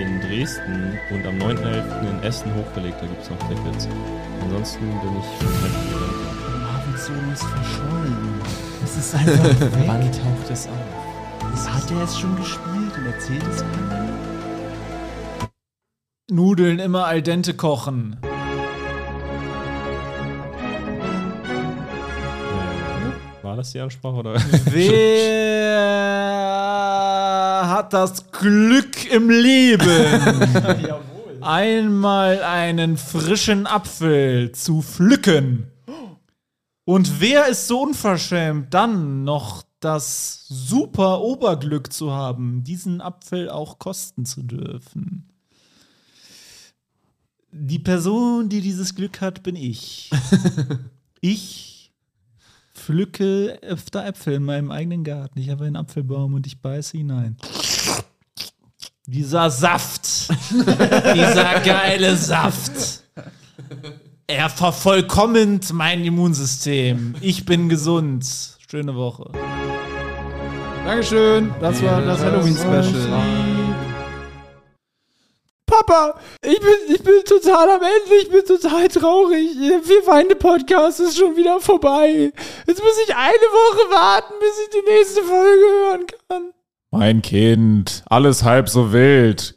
Speaker 2: in Dresden und am 9.11. in Essen hochgelegt. Da gibt es noch Tickets. Ansonsten bin ich schon happy.
Speaker 4: Marvin Solo ist verschollen. Es ist einfach weg.
Speaker 6: Wann taucht es auf?
Speaker 4: Hat er es schon gespielt und erzählt es keinem?
Speaker 1: Nudeln immer al dente kochen.
Speaker 2: Äh, war das die Ansprache oder?
Speaker 1: Wer hat das Glück im Leben, einmal einen frischen Apfel zu pflücken? Und wer ist so unverschämt, dann noch das super Oberglück zu haben, diesen Apfel auch kosten zu dürfen? Die Person, die dieses Glück hat, bin ich. ich pflücke öfter Äpfel in meinem eigenen Garten. Ich habe einen Apfelbaum und ich beiße hinein. Dieser Saft, dieser geile Saft, er vervollkommend mein Immunsystem. Ich bin gesund. Schöne Woche.
Speaker 4: Dankeschön. Das war das Halloween-Special.
Speaker 9: Papa, ich bin, ich bin total am Ende, ich bin total traurig. Der Vier-Feinde-Podcast ist schon wieder vorbei. Jetzt muss ich eine Woche warten, bis ich die nächste Folge hören kann.
Speaker 7: Mein Kind, alles halb so wild.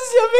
Speaker 9: ist ja